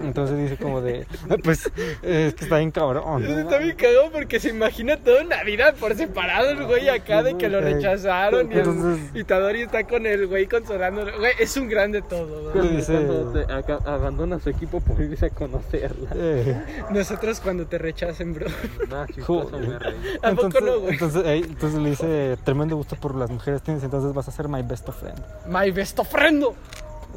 entonces dice como de "Ah, pues eh, es que está bien cabrón
Eso está bien cagado porque se imagina toda Navidad por separado el güey acá de que lo
Ey.
rechazaron y
Entonces-
el Itadori está con el güey consolándolo. Güey, es un grande todo. güey.
Sí, dice-
Cuando este, aca- abandona su equipo por irse
*laughs*
a conocerla.
Eh,
Nosotros cuando te rechacen, bro. *laughs*
Nah, chistoso,
Joder.
me reí.
¿A poco
entonces,
no, güey?
entonces, ey, entonces le dice tremendo gusto por las mujeres tienes entonces vas a ser my best friend
My best friend.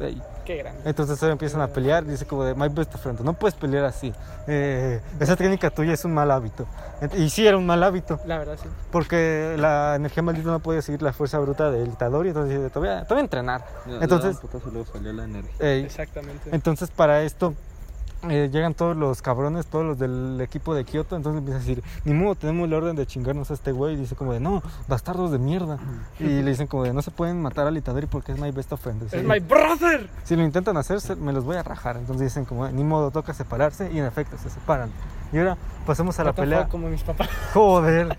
Ey.
Qué grande.
Entonces ahora empiezan a pelear, dice como de My Best Friend, no puedes pelear así. Eh, esa técnica tuya es un mal hábito. Ent- Y sí era un mal hábito,
La verdad, sí.
porque la energía maldita no podía seguir la fuerza bruta del Itadori, entonces dice, te voy a, te voy a entrenar.
Le- le
Entonces- *laughs*
daba un putazo y luego salió la energía.
Ey,
Exactamente.
entonces para esto eh, llegan todos los cabrones, todos los del equipo de Kioto, entonces empieza a decir, ni modo, tenemos la orden de chingarnos a este güey, y dice como de, no, bastardos de mierda. Y le dicen como de, no se pueden matar al Itadori porque es My Best Friend.
Es my brother.
Si lo intentan hacer, se- me los voy a rajar. Entonces dicen como, ni modo, toca separarse y en efecto se separan. Y ahora pasemos a la
What the
pelea.
fuck, Como mis papás.
Joder.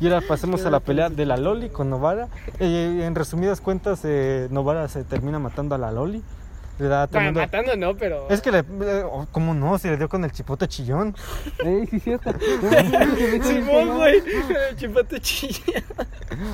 Y ahora pasemos a la pelea de la Loli con Novara. Eh, en resumidas cuentas, eh, Novara se termina matando a la Loli. Le da
Bueno,
tremendo-
matando no, pero.
Es que le... eh, oh, ¿Cómo no? Se le dio con el chipote chillón.
Ey,
*laughs*
sí, cierto.
Simón, güey. *laughs* Chipate chilla.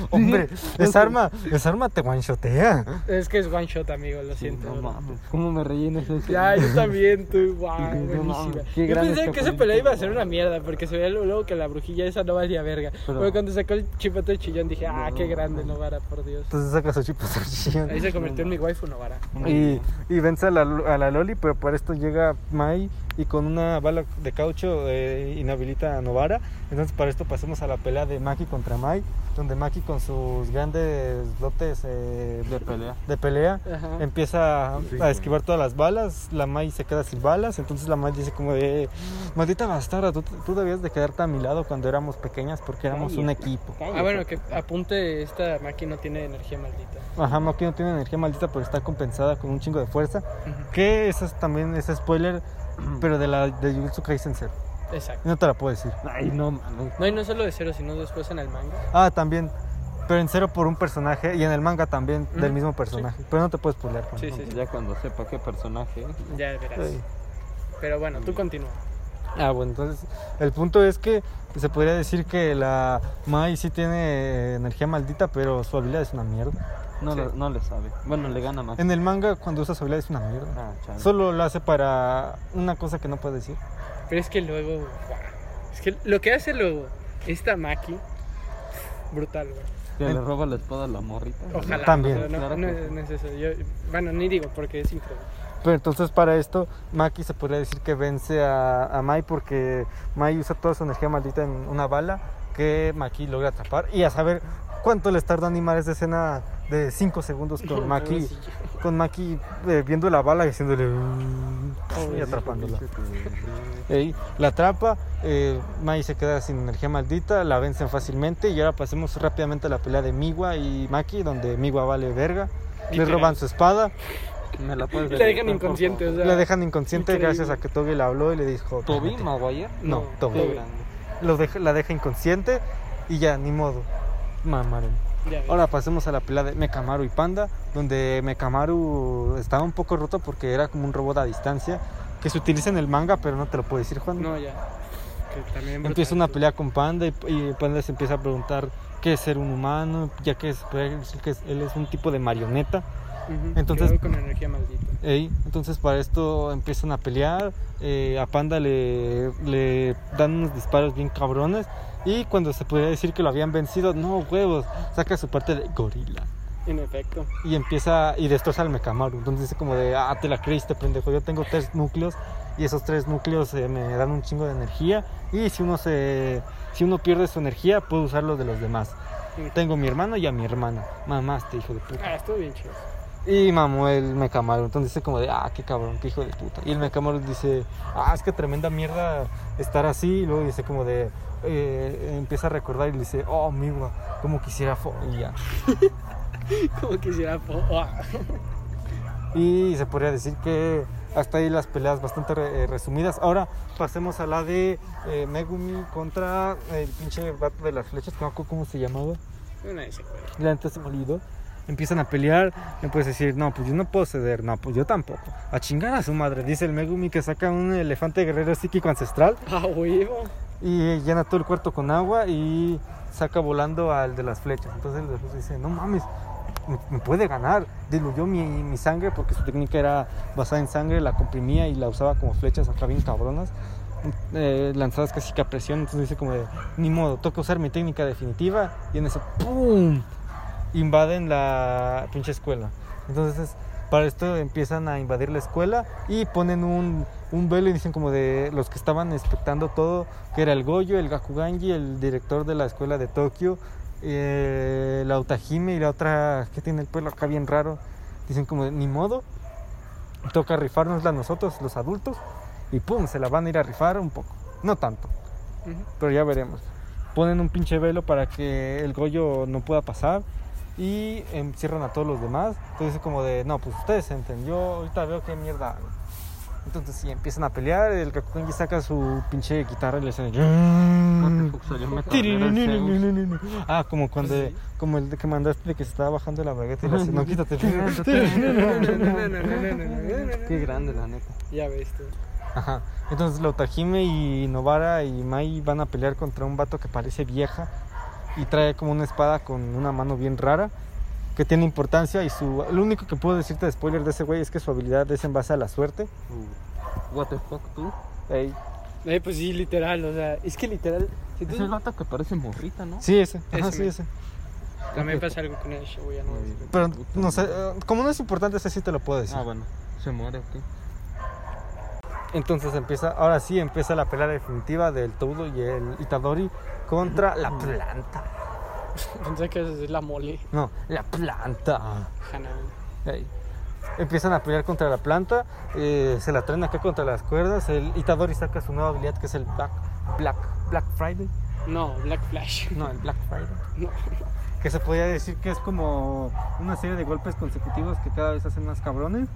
Hombre,
*laughs*
sí.
esa arma, esa arma te guanchotea.
Es que es one shot, amigo, lo siento.
No mames, pues, ¿cómo me reí en ese
Ya, yo también, tú, guau,
No
buenísima.
mames, qué
Yo
gran
pensé que esa
escapulito,
pelea iba a ser
güey.
una mierda, porque se veía luego luego que la brujilla esa no valía verga.
Pero-
Pero, cuando sacó el chipote chillón dije, ah, qué grande Novara, por Dios.
Entonces saca su chipote chillón.
Ahí se convirtió en mi waifu Novara.
Y, y vence a la, a la Loli, pero para esto llega Mai y con una bala de caucho eh, inhabilita a Novara. Entonces para esto pasemos a la pelea de Maki contra Mai, donde Maki con sus grandes dotes eh,
De pelea.
de pelea
Ajá.
empieza a-
Sí,
a
güey.
esquivar todas las balas, la Mai se queda sin balas, entonces la Mai dice como de, maldita bastarda, tú, tú debías de quedarte a mi lado cuando éramos pequeñas porque éramos un equipo.
Ah, bueno, que apunte, esta máquina no tiene energía maldita.
Ajá, Maki no tiene energía maldita, pero está compensada con un chingo de fuerza. Que eso es también es spoiler,
Mm.
pero de la de Jujutsu Kaisen Zero.
Exacto.
No te la puedo decir.
Ay, no mames.
No, y no solo de cero, sino después en el manga.
Ah, también. Pero en Cero por un personaje y en el manga también del
Ujú,
mismo personaje. Pero no te puedes spoiler. Juan.
Sí, sí, sí.
Ya cuando sepa qué personaje es.
Ya verás.
Sí.
Pero bueno, tú continúa.
Ah, bueno, entonces el punto es que se podría decir que la Mai sí tiene energía maldita, pero su habilidad es una mierda.
No,
Sí.
le, no le sabe. Bueno, le gana más.
En el manga cuando usa su habilidad es una mierda.
Ah, chale.
Solo lo hace para una cosa que no puede decir.
Pero es que luego, guau, es que lo que hace luego esta Maki, brutal, güey.
Que le roba la espada a la morrita.
Ojalá.
También.
pero No,
Claro
no
que sí.
es necesario. Yo- bueno, ni digo porque es increíble.
Pero entonces para esto, Maki se podría decir que vence a, a Mai porque Mai usa toda su energía maldita en una bala que Maki logra atrapar. Y a saber cuánto les tarda animar esa escena de 5 segundos
*laughs*
con Maki, con Maki eh, viendo la bala y haciéndole... "Mm", y atrapándola. Ey, la atrapa, eh, Mai se queda sin energía maldita, la vencen fácilmente y ahora pasemos rápidamente a la pelea de Miwa y Maki, donde Miwa vale verga. Le
Literal.
roban su espada,
Me la
Y
puedes
la dejan
deletrear, por
inconsciente, o sea.
la dejan inconsciente
increíble.
gracias a que Toby la habló y le dijo...
favor. ¿Toby
"Cálmate".
Maguire?
No, Toby.
Toby.
Lo deja- la deja inconsciente y ya, ni modo. Mamaron.
Ya ves.
Ahora pasemos a la pelea de Mekamaru y Panda, donde Mekamaru estaba un poco roto porque era como un robot a distancia que se utiliza en el manga, pero no te lo puedo decir, Juan.
No, ya. Que también
Empieza
brutal,
una
tú.
pelea con Panda y, y Panda se empieza a preguntar qué es ser un humano, ya que, es, puede decir que es- él es un tipo de marioneta.
Ujú,
Entonces-
que voy con energía maldita.
Ey, entonces para esto empiezan a pelear, eh, a Panda le, le dan unos disparos bien cabrones y cuando se podría decir que lo habían vencido, no huevos, saca su parte de gorila
En efecto.
y empieza y destroza al Mecamaru. Entonces dice como de, ah, te la creíste, pendejo, yo tengo tres núcleos y esos tres núcleos eh, me dan un chingo de energía y si uno, se, si uno pierde su energía puedo usar los de los demás. Tengo a mi hermano y a mi hermana. Mamaste, hijo de puta.
Ah, estuvo bien chido.
Y mamó el Mecamaru. Entonces dice como de, ah, qué cabrón, qué hijo de puta. Y el Mecamaru dice, ah, es que tremenda mierda estar así. Y luego dice como de, eh, empieza a recordar y le dice, oh, Miwa, como quisiera folia.
Como quisiera. po- ah.
Y se podría decir que hasta ahí las peleas bastante re- eh, resumidas. Ahora pasemos a la de eh, Megumi contra el pinche vato de las flechas, que no me acuerdo cómo se llamaba.
Una de esas, güey.
La neta se me olvidó. Empiezan a pelear, me puedes decir, no, pues yo no puedo ceder, no, pues yo tampoco. A chingar a su madre, dice el Megumi que saca un elefante guerrero psíquico ancestral
Ah, huevo.
y llena todo el cuarto con agua y saca volando al de las flechas. Entonces el de las flechas dice, no mames, me, me puede ganar. Diluyó mi, mi sangre porque su técnica era basada en sangre, la comprimía y la usaba como flechas acá bien cabronas. eh, lanzadas casi que a presión, entonces dice como de, ni modo, toca usar mi técnica definitiva y en eso, ¡pum! invaden la pinche escuela. Entonces, para esto empiezan a invadir la escuela y ponen un, un velo y dicen como de los que estaban expectando todo, que era el Goyo, el Gakuganji, el director de la escuela de Tokio, eh, la Otajime y la otra que tiene el pelo acá bien raro. Dicen como de, ni modo, toca rifárnosla nosotros, los adultos, y pum, se la van a ir a rifar un poco. No tanto,
Ujú.
pero ya veremos. Ponen un pinche velo para que el Goyo no pueda pasar y encierran a todos los demás. Entonces es como de, no, pues ustedes se entendió, ahorita veo qué mierda hago. Entonces sí, empiezan a pelear, el Rakutenji saca su pinche guitarra y le hacen...
No te fuck, salió metalero el Zeus.
Ah, como cuando
Sí.
como el de que mandaste de que se estaba bajando la bagueta y le hace, no quítate.
Qué grande, la neta.
Ya ves tú.
Ajá. Entonces la Otajime y Novara y Mai van a pelear contra un vato que parece vieja y trae como una espada con una mano bien rara que tiene importancia y su lo único que puedo decirte de spoiler de ese güey es que su habilidad es en base a la suerte.
Uh, What the fuck, tú.
Ey.
Eh, pues sí, literal, o sea, es que literal. Si tú
Es el vato que parece morrita, ¿no?
Sí, ese. Ajá,
Ese
sí,
güey.
ese.
también pasa algo con Ash, güey, ya no.
Muy bien.
Pero no sé, eh, como no es importante ese sí te lo puedo decir.
Ah, bueno. Se muere, ¿qué?
Entonces empieza, ahora sí empieza la pelea definitiva del Teudo y el Itadori contra la planta.
Pensé que esa es la mole,
No, la planta.
Hanami.
Ey. Empiezan a pelear contra la planta, eh, se la traen acá contra las cuerdas. El Itadori saca su nueva habilidad que es el Black, Black, Black Friday.
No, Black Flash. *laughs*
No, el Black Friday.
No.
Que se podría decir que es como una serie de golpes consecutivos que cada vez hacen más cabrones.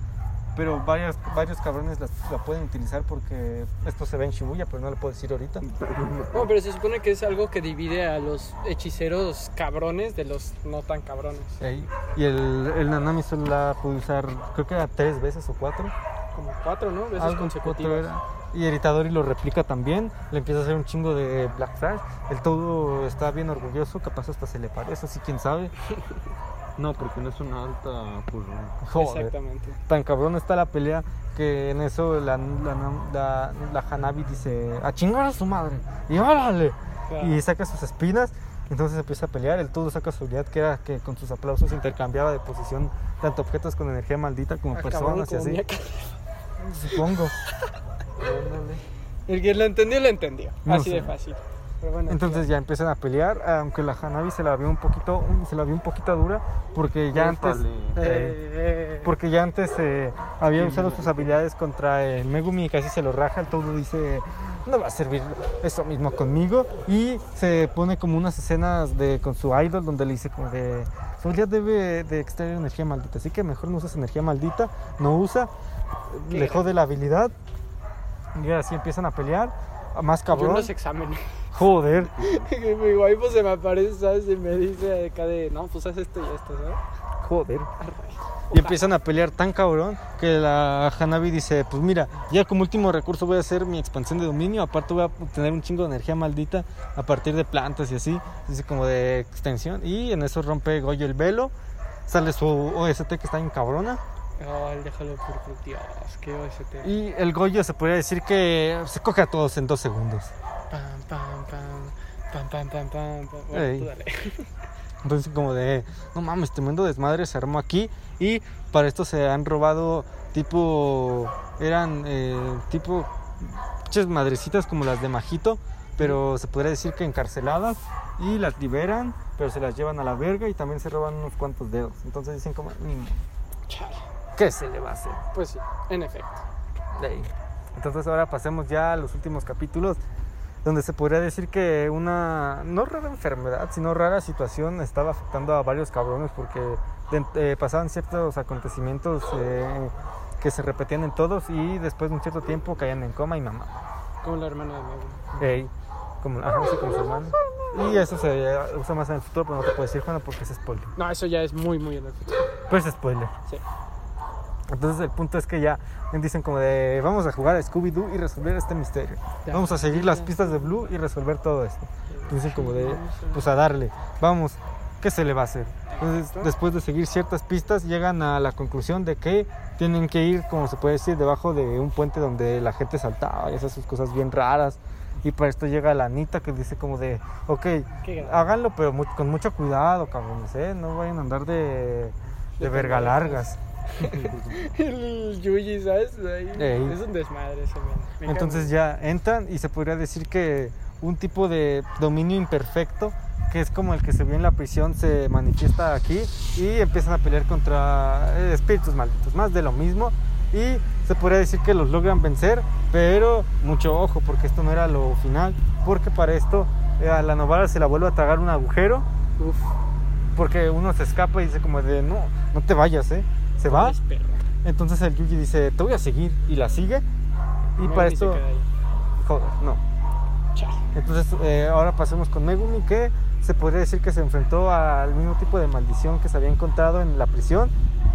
Pero varias, varios cabrones las- la pueden utilizar porque esto se ve en Shibuya, pero no lo puedo decir ahorita.
No, pero se supone que es algo que divide a los hechiceros cabrones de los no tan cabrones.
Ey, Y el, el Nanami solo la puede usar, creo que era tres veces o cuatro.
Como cuatro, ¿no? Veces
algo cuatro
consecutivas.
era. Y el Itadori lo replica también, le empieza a hacer un chingo de Black Flash. El todo está bien orgulloso, capaz hasta se le parece, así quién sabe.
No, porque no es una alta curva.
Joder,
Exactamente.
tan cabrón está la pelea que en eso la, la, la- la Hanabi dice: A chingar a su madre, y órale.
Claro.
Y saca sus espinas. Entonces empieza a pelear, el todo saca su habilidad que era que con sus aplausos intercambiaba de posición tanto objetos con energía maldita como
Ah, cabrón,
personas y
como
así.
muñeca.
Supongo.
*laughs* El que lo entendió, lo entendió.
No
Así
sé.
de fácil. Pero bueno,
Entonces ya empiezan a pelear, aunque la Hanabi se la vio un poquito, se la vio un poquito dura, porque ya antes,
Épale.
eh,
eh,
porque ya antes eh, había usado sus habilidades contra el Megumi y casi se lo raja, el todo dice no va a servir eso mismo conmigo y se pone como unas escenas de con su idol donde le dice como de su habilidad debe de extraer energía maldita, así que mejor no uses energía maldita, no usa,
Qué
le jode la habilidad y así empiezan a pelear, más
yo en
cabrón,
los *laughs* exámenes.
joder.
mi waifu pues se me aparece, ¿sabes? Y me dice acá de, no, pues haz esto y esto, ¿sabes?
Joder. Y empiezan a pelear tan cabrón que la Hanabi dice, pues mira, ya como último recurso voy a hacer mi expansión de dominio, aparte voy a obtener un chingo de energía maldita a partir de plantas y así, así como de extensión. Y en eso rompe Goyo el velo, sale su OST que está en cabrona.
Oh, el déjalo por Dios, qué OST.
Y el Goyo se podría decir que se coge a todos en dos segundos.
Pam, pam, pam. Pam, pam, pam, pam, pam. Bueno,
Ey.
tú dale.
Entonces como de, no mames, tremendo desmadre se armó aquí y para esto se han robado tipo, eran eh, tipo pinches madrecitas como las de Majito, pero se podría decir que encarceladas y las liberan, pero se las llevan a la verga y también se roban unos cuantos dedos. Entonces dicen como, "Mm,
Chale.
¿qué se le va a hacer?
Pues sí, en efecto.
Ey. Entonces ahora pasemos ya a los últimos capítulos donde se podría decir que una no rara enfermedad, sino rara situación estaba afectando a varios cabrones porque de- eh, pasaban ciertos acontecimientos eh, que se repetían en todos y después de un cierto tiempo caían en coma y mamá.
Como la hermana de Megan.
Ey, como, ajá, sí, como su hermano. Y eso se eh, usa más en el futuro, pero no te puedo decir, Juana, porque es spoiler.
No, eso ya es muy, muy en el futuro.
Pues spoiler.
Sí.
Entonces el punto es que ya dicen como de vamos a jugar a Scooby-Doo y resolver este misterio.
Ya.
Vamos a seguir las pistas de Blue y resolver todo esto. Dicen como de pues a darle, vamos, ¿qué se le va a hacer? Entonces después de seguir ciertas pistas llegan a la conclusión de que tienen que ir, como se puede decir, debajo de un puente donde la gente saltaba y esas sus cosas bien raras. Y para esto llega la Anita que dice como de, ok,
Qué grande.
háganlo pero mu- con mucho cuidado, cabrones, ¿eh? No vayan a andar de, de verga largas.
El Yuji, ¿sabes? Ahí.
Ey.
Es un desmadre ese man. Me cae
Entonces ya entran y se podría decir que un tipo de dominio imperfecto, que es como el que se vio en la prisión, se manifiesta aquí y empiezan a pelear contra eh, espíritus malditos, más de lo mismo. Y se podría decir que los logran vencer, pero mucho ojo, porque esto no era lo final, porque para esto eh, a la novara se la vuelve a tragar un agujero,
muy- Uf,
porque uno se escapa y dice como de, no, no te vayas, ¿eh? Se va.
es perro.
Entonces el Yuji dice, te voy a seguir y la sigue. Y
Megan
para
se
esto...
queda ahí.
Joder, no.
Chale.
Entonces, eh, ahora pasemos con Megumi, que se podría decir que se enfrentó al mismo tipo de maldición que se había encontrado en la prisión.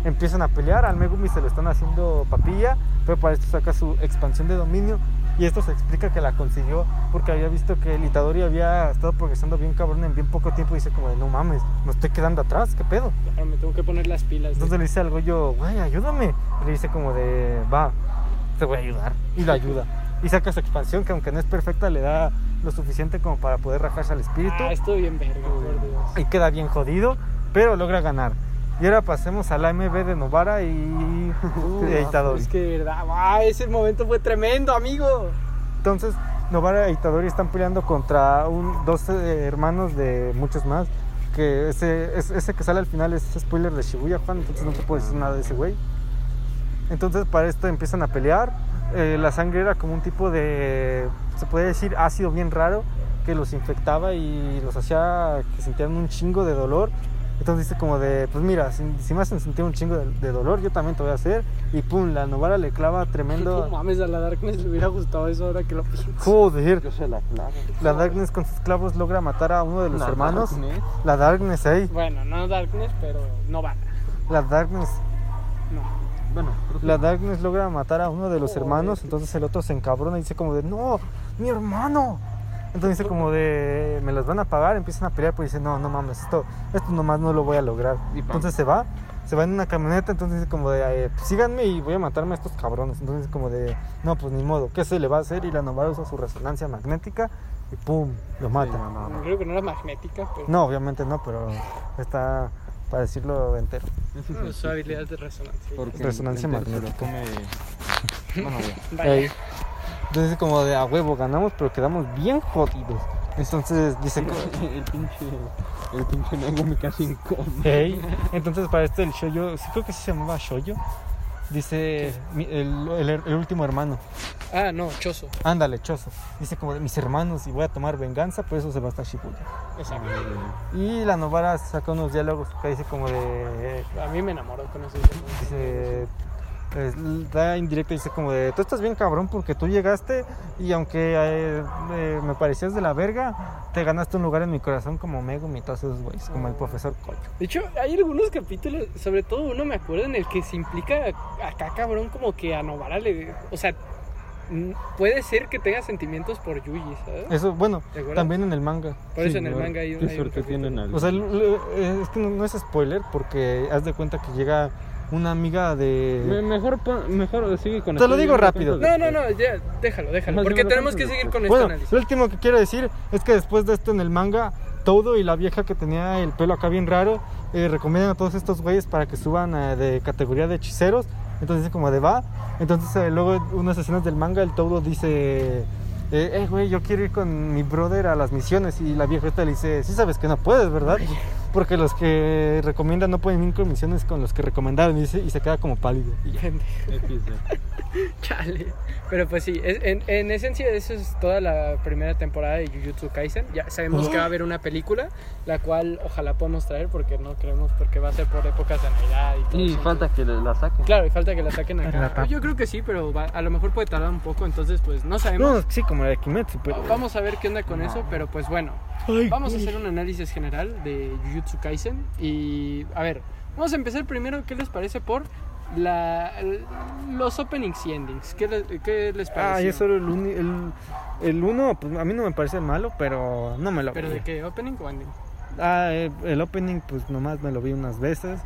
Empiezan a pelear, al Megumi se lo están haciendo papilla, pero para esto saca su expansión de dominio. Y esto se explica que la consiguió porque había visto que el Itadori había estado progresando bien cabrón en bien poco tiempo. Y dice como de, no mames, me estoy quedando atrás, ¿qué pedo?
Ahora me tengo que poner las pilas. ¿eh?
Entonces le dice al Goyo, güey, ayúdame. Y le dice como de, va, te voy a ayudar. Y la ayuda. Y saca su expansión, que aunque no es perfecta, le da lo suficiente como para poder rajarse al espíritu.
Ah, estuvo bien verga, por Dios.
*laughs* Y queda bien jodido, pero logra ganar. Y ahora pasemos a la MB de Novara y *laughs* de Itadori.
Uh, Es que de verdad, ¡guau! ese momento fue tremendo, amigo.
Entonces, Novara e Itadori están peleando contra un, dos eh, hermanos de muchos más. Que ese, es- ese que sale al final es spoiler de Shibuya, Juan. Entonces, no te puedo decir nada de ese güey. Entonces, para esto empiezan a pelear. eh, la sangre era como un tipo de, se puede decir, ácido bien raro que los infectaba y los hacía que sintieran un chingo de dolor. Entonces dice como de, pues mira, si, si me hacen sentir un chingo de, de dolor, yo también te voy a hacer. Y pum, la Novara le clava
No
tremendo...
mames, a la Darkness le hubiera gustado eso ahora que lo pienso.
Joder.
Yo se la clavo.
La Darkness con sus clavos logra matar a uno de los
La
hermanos.
Darkness.
La Darkness, ahí.
Bueno, no Darkness, pero no van.
La Darkness.
No.
Bueno, creo que
La Darkness logra matar a uno de los
Oh,
Joder.
eh.
hermanos. Entonces el otro se encabrona y dice como de, no, mi hermano. Entonces dice como de, me los van a pagar. Empiezan a pelear, pues dice, no, no mames, esto, esto nomás no lo voy a lograr.
Y pam.
Entonces se va. Se va en una camioneta, entonces dice como de, "Eh, síganme y voy a matarme a estos cabrones. Entonces como de, no, pues ni modo, ¿qué se le va a hacer? Y la Novara usa su resonancia magnética y pum, lo mata.
no, no, no.
Creo que no era magnética, pero
No, obviamente no, pero está para decirlo entero.
no, su habilidad de resonancia.
Porque
Resonancia
entero se lo
magnética.
come- *laughs* Bueno, ya.
Vaya.
Ey. Entonces como de a huevo ganamos, pero quedamos bien jodidos. Entonces dice,
El pinche. El pinche negro me casi en coma.
hey, entonces para este el shoyo, sí creo que sí se llamaba shoyo. Dice mi- el, el, el último hermano,
Ah, no, Choso.
ándale, choso. Dice como de mis hermanos y voy a tomar venganza, por eso se va hasta Shibuya.
Exacto.
Y la Novara saca unos diálogos que dice como de...
A mí me enamoró con eso.
Dice... pues, da indirecto y dice como de... Tú estás bien cabrón porque tú llegaste y aunque eh, eh, me parecías de la verga, te ganaste un lugar en mi corazón como Megumi y todos esos güeyes, como el
Ah.
profesor Cocho.
De hecho, hay algunos capítulos, sobre todo uno me acuerdo en el que se implica acá cabrón como que a Novara le... O sea, mm, puede ser que tenga sentimientos por Yuji, ¿sabes?
Eso, bueno,
¿Te acuerdas?
también en el manga.
Por eso en el manga hay un...
Qué
hay un
suerte
capítulo.
tienen al.
O sea, lo- lo- eh, es que no, no es spoiler porque haz de cuenta que llega una amiga
Me-
de...
mejor, pon- mejor sigue con
Te lo
el-
digo rápido.
No, no, no, ya, déjalo, déjalo.
Más
Porque
de
tenemos
una
que
vez
seguir
después.
con este
Bueno,
análisis.
lo último que quiero decir es que después de esto en el manga, Todo y la vieja que tenía el pelo acá bien raro, eh, recomiendan a todos estos güeyes para que suban eh, de categoría de hechiceros. Entonces dice como de va. Entonces eh, luego en unas escenas del manga el Todo dice, eh, eh, güey, yo quiero ir con mi brother a las misiones. Y la vieja esta le dice, sí sabes que no puedes, ¿verdad? Porque los que recomiendan no pueden ir con misiones con los que recomendaron. Y, dice- y se queda como pálido.
XD.
*laughs* Chale. Pero pues sí, es- en, en esencia eso es toda la primera temporada de Jujutsu Kaisen. Ya sabemos que va a haber una película, la cual ojalá podamos traer porque no creemos porque va a ser por épocas de Navidad y todo
Y
eso.
falta que la saquen.
Claro, y falta que la saquen
Mm, La
acá.
tapa.
Yo creo que sí, pero va- a lo mejor puede tardar un poco, entonces pues no sabemos.
No, sí, como la de Kimetsu, pero...
Vamos a ver qué onda con eso, pero pues bueno, vamos a hacer un análisis general de Jujutsu Kaisen y a ver, vamos a empezar primero, ¿qué les parece por la, los openings y endings? ¿Qué, le- qué les parece?
Ah, yo solo el, uni- el, el uno, pues a mí no me parece malo, pero no me lo
¿Pero
vi.
de qué? ¿Opening o ending?
Ah, eh, el opening, pues nomás me lo vi unas veces.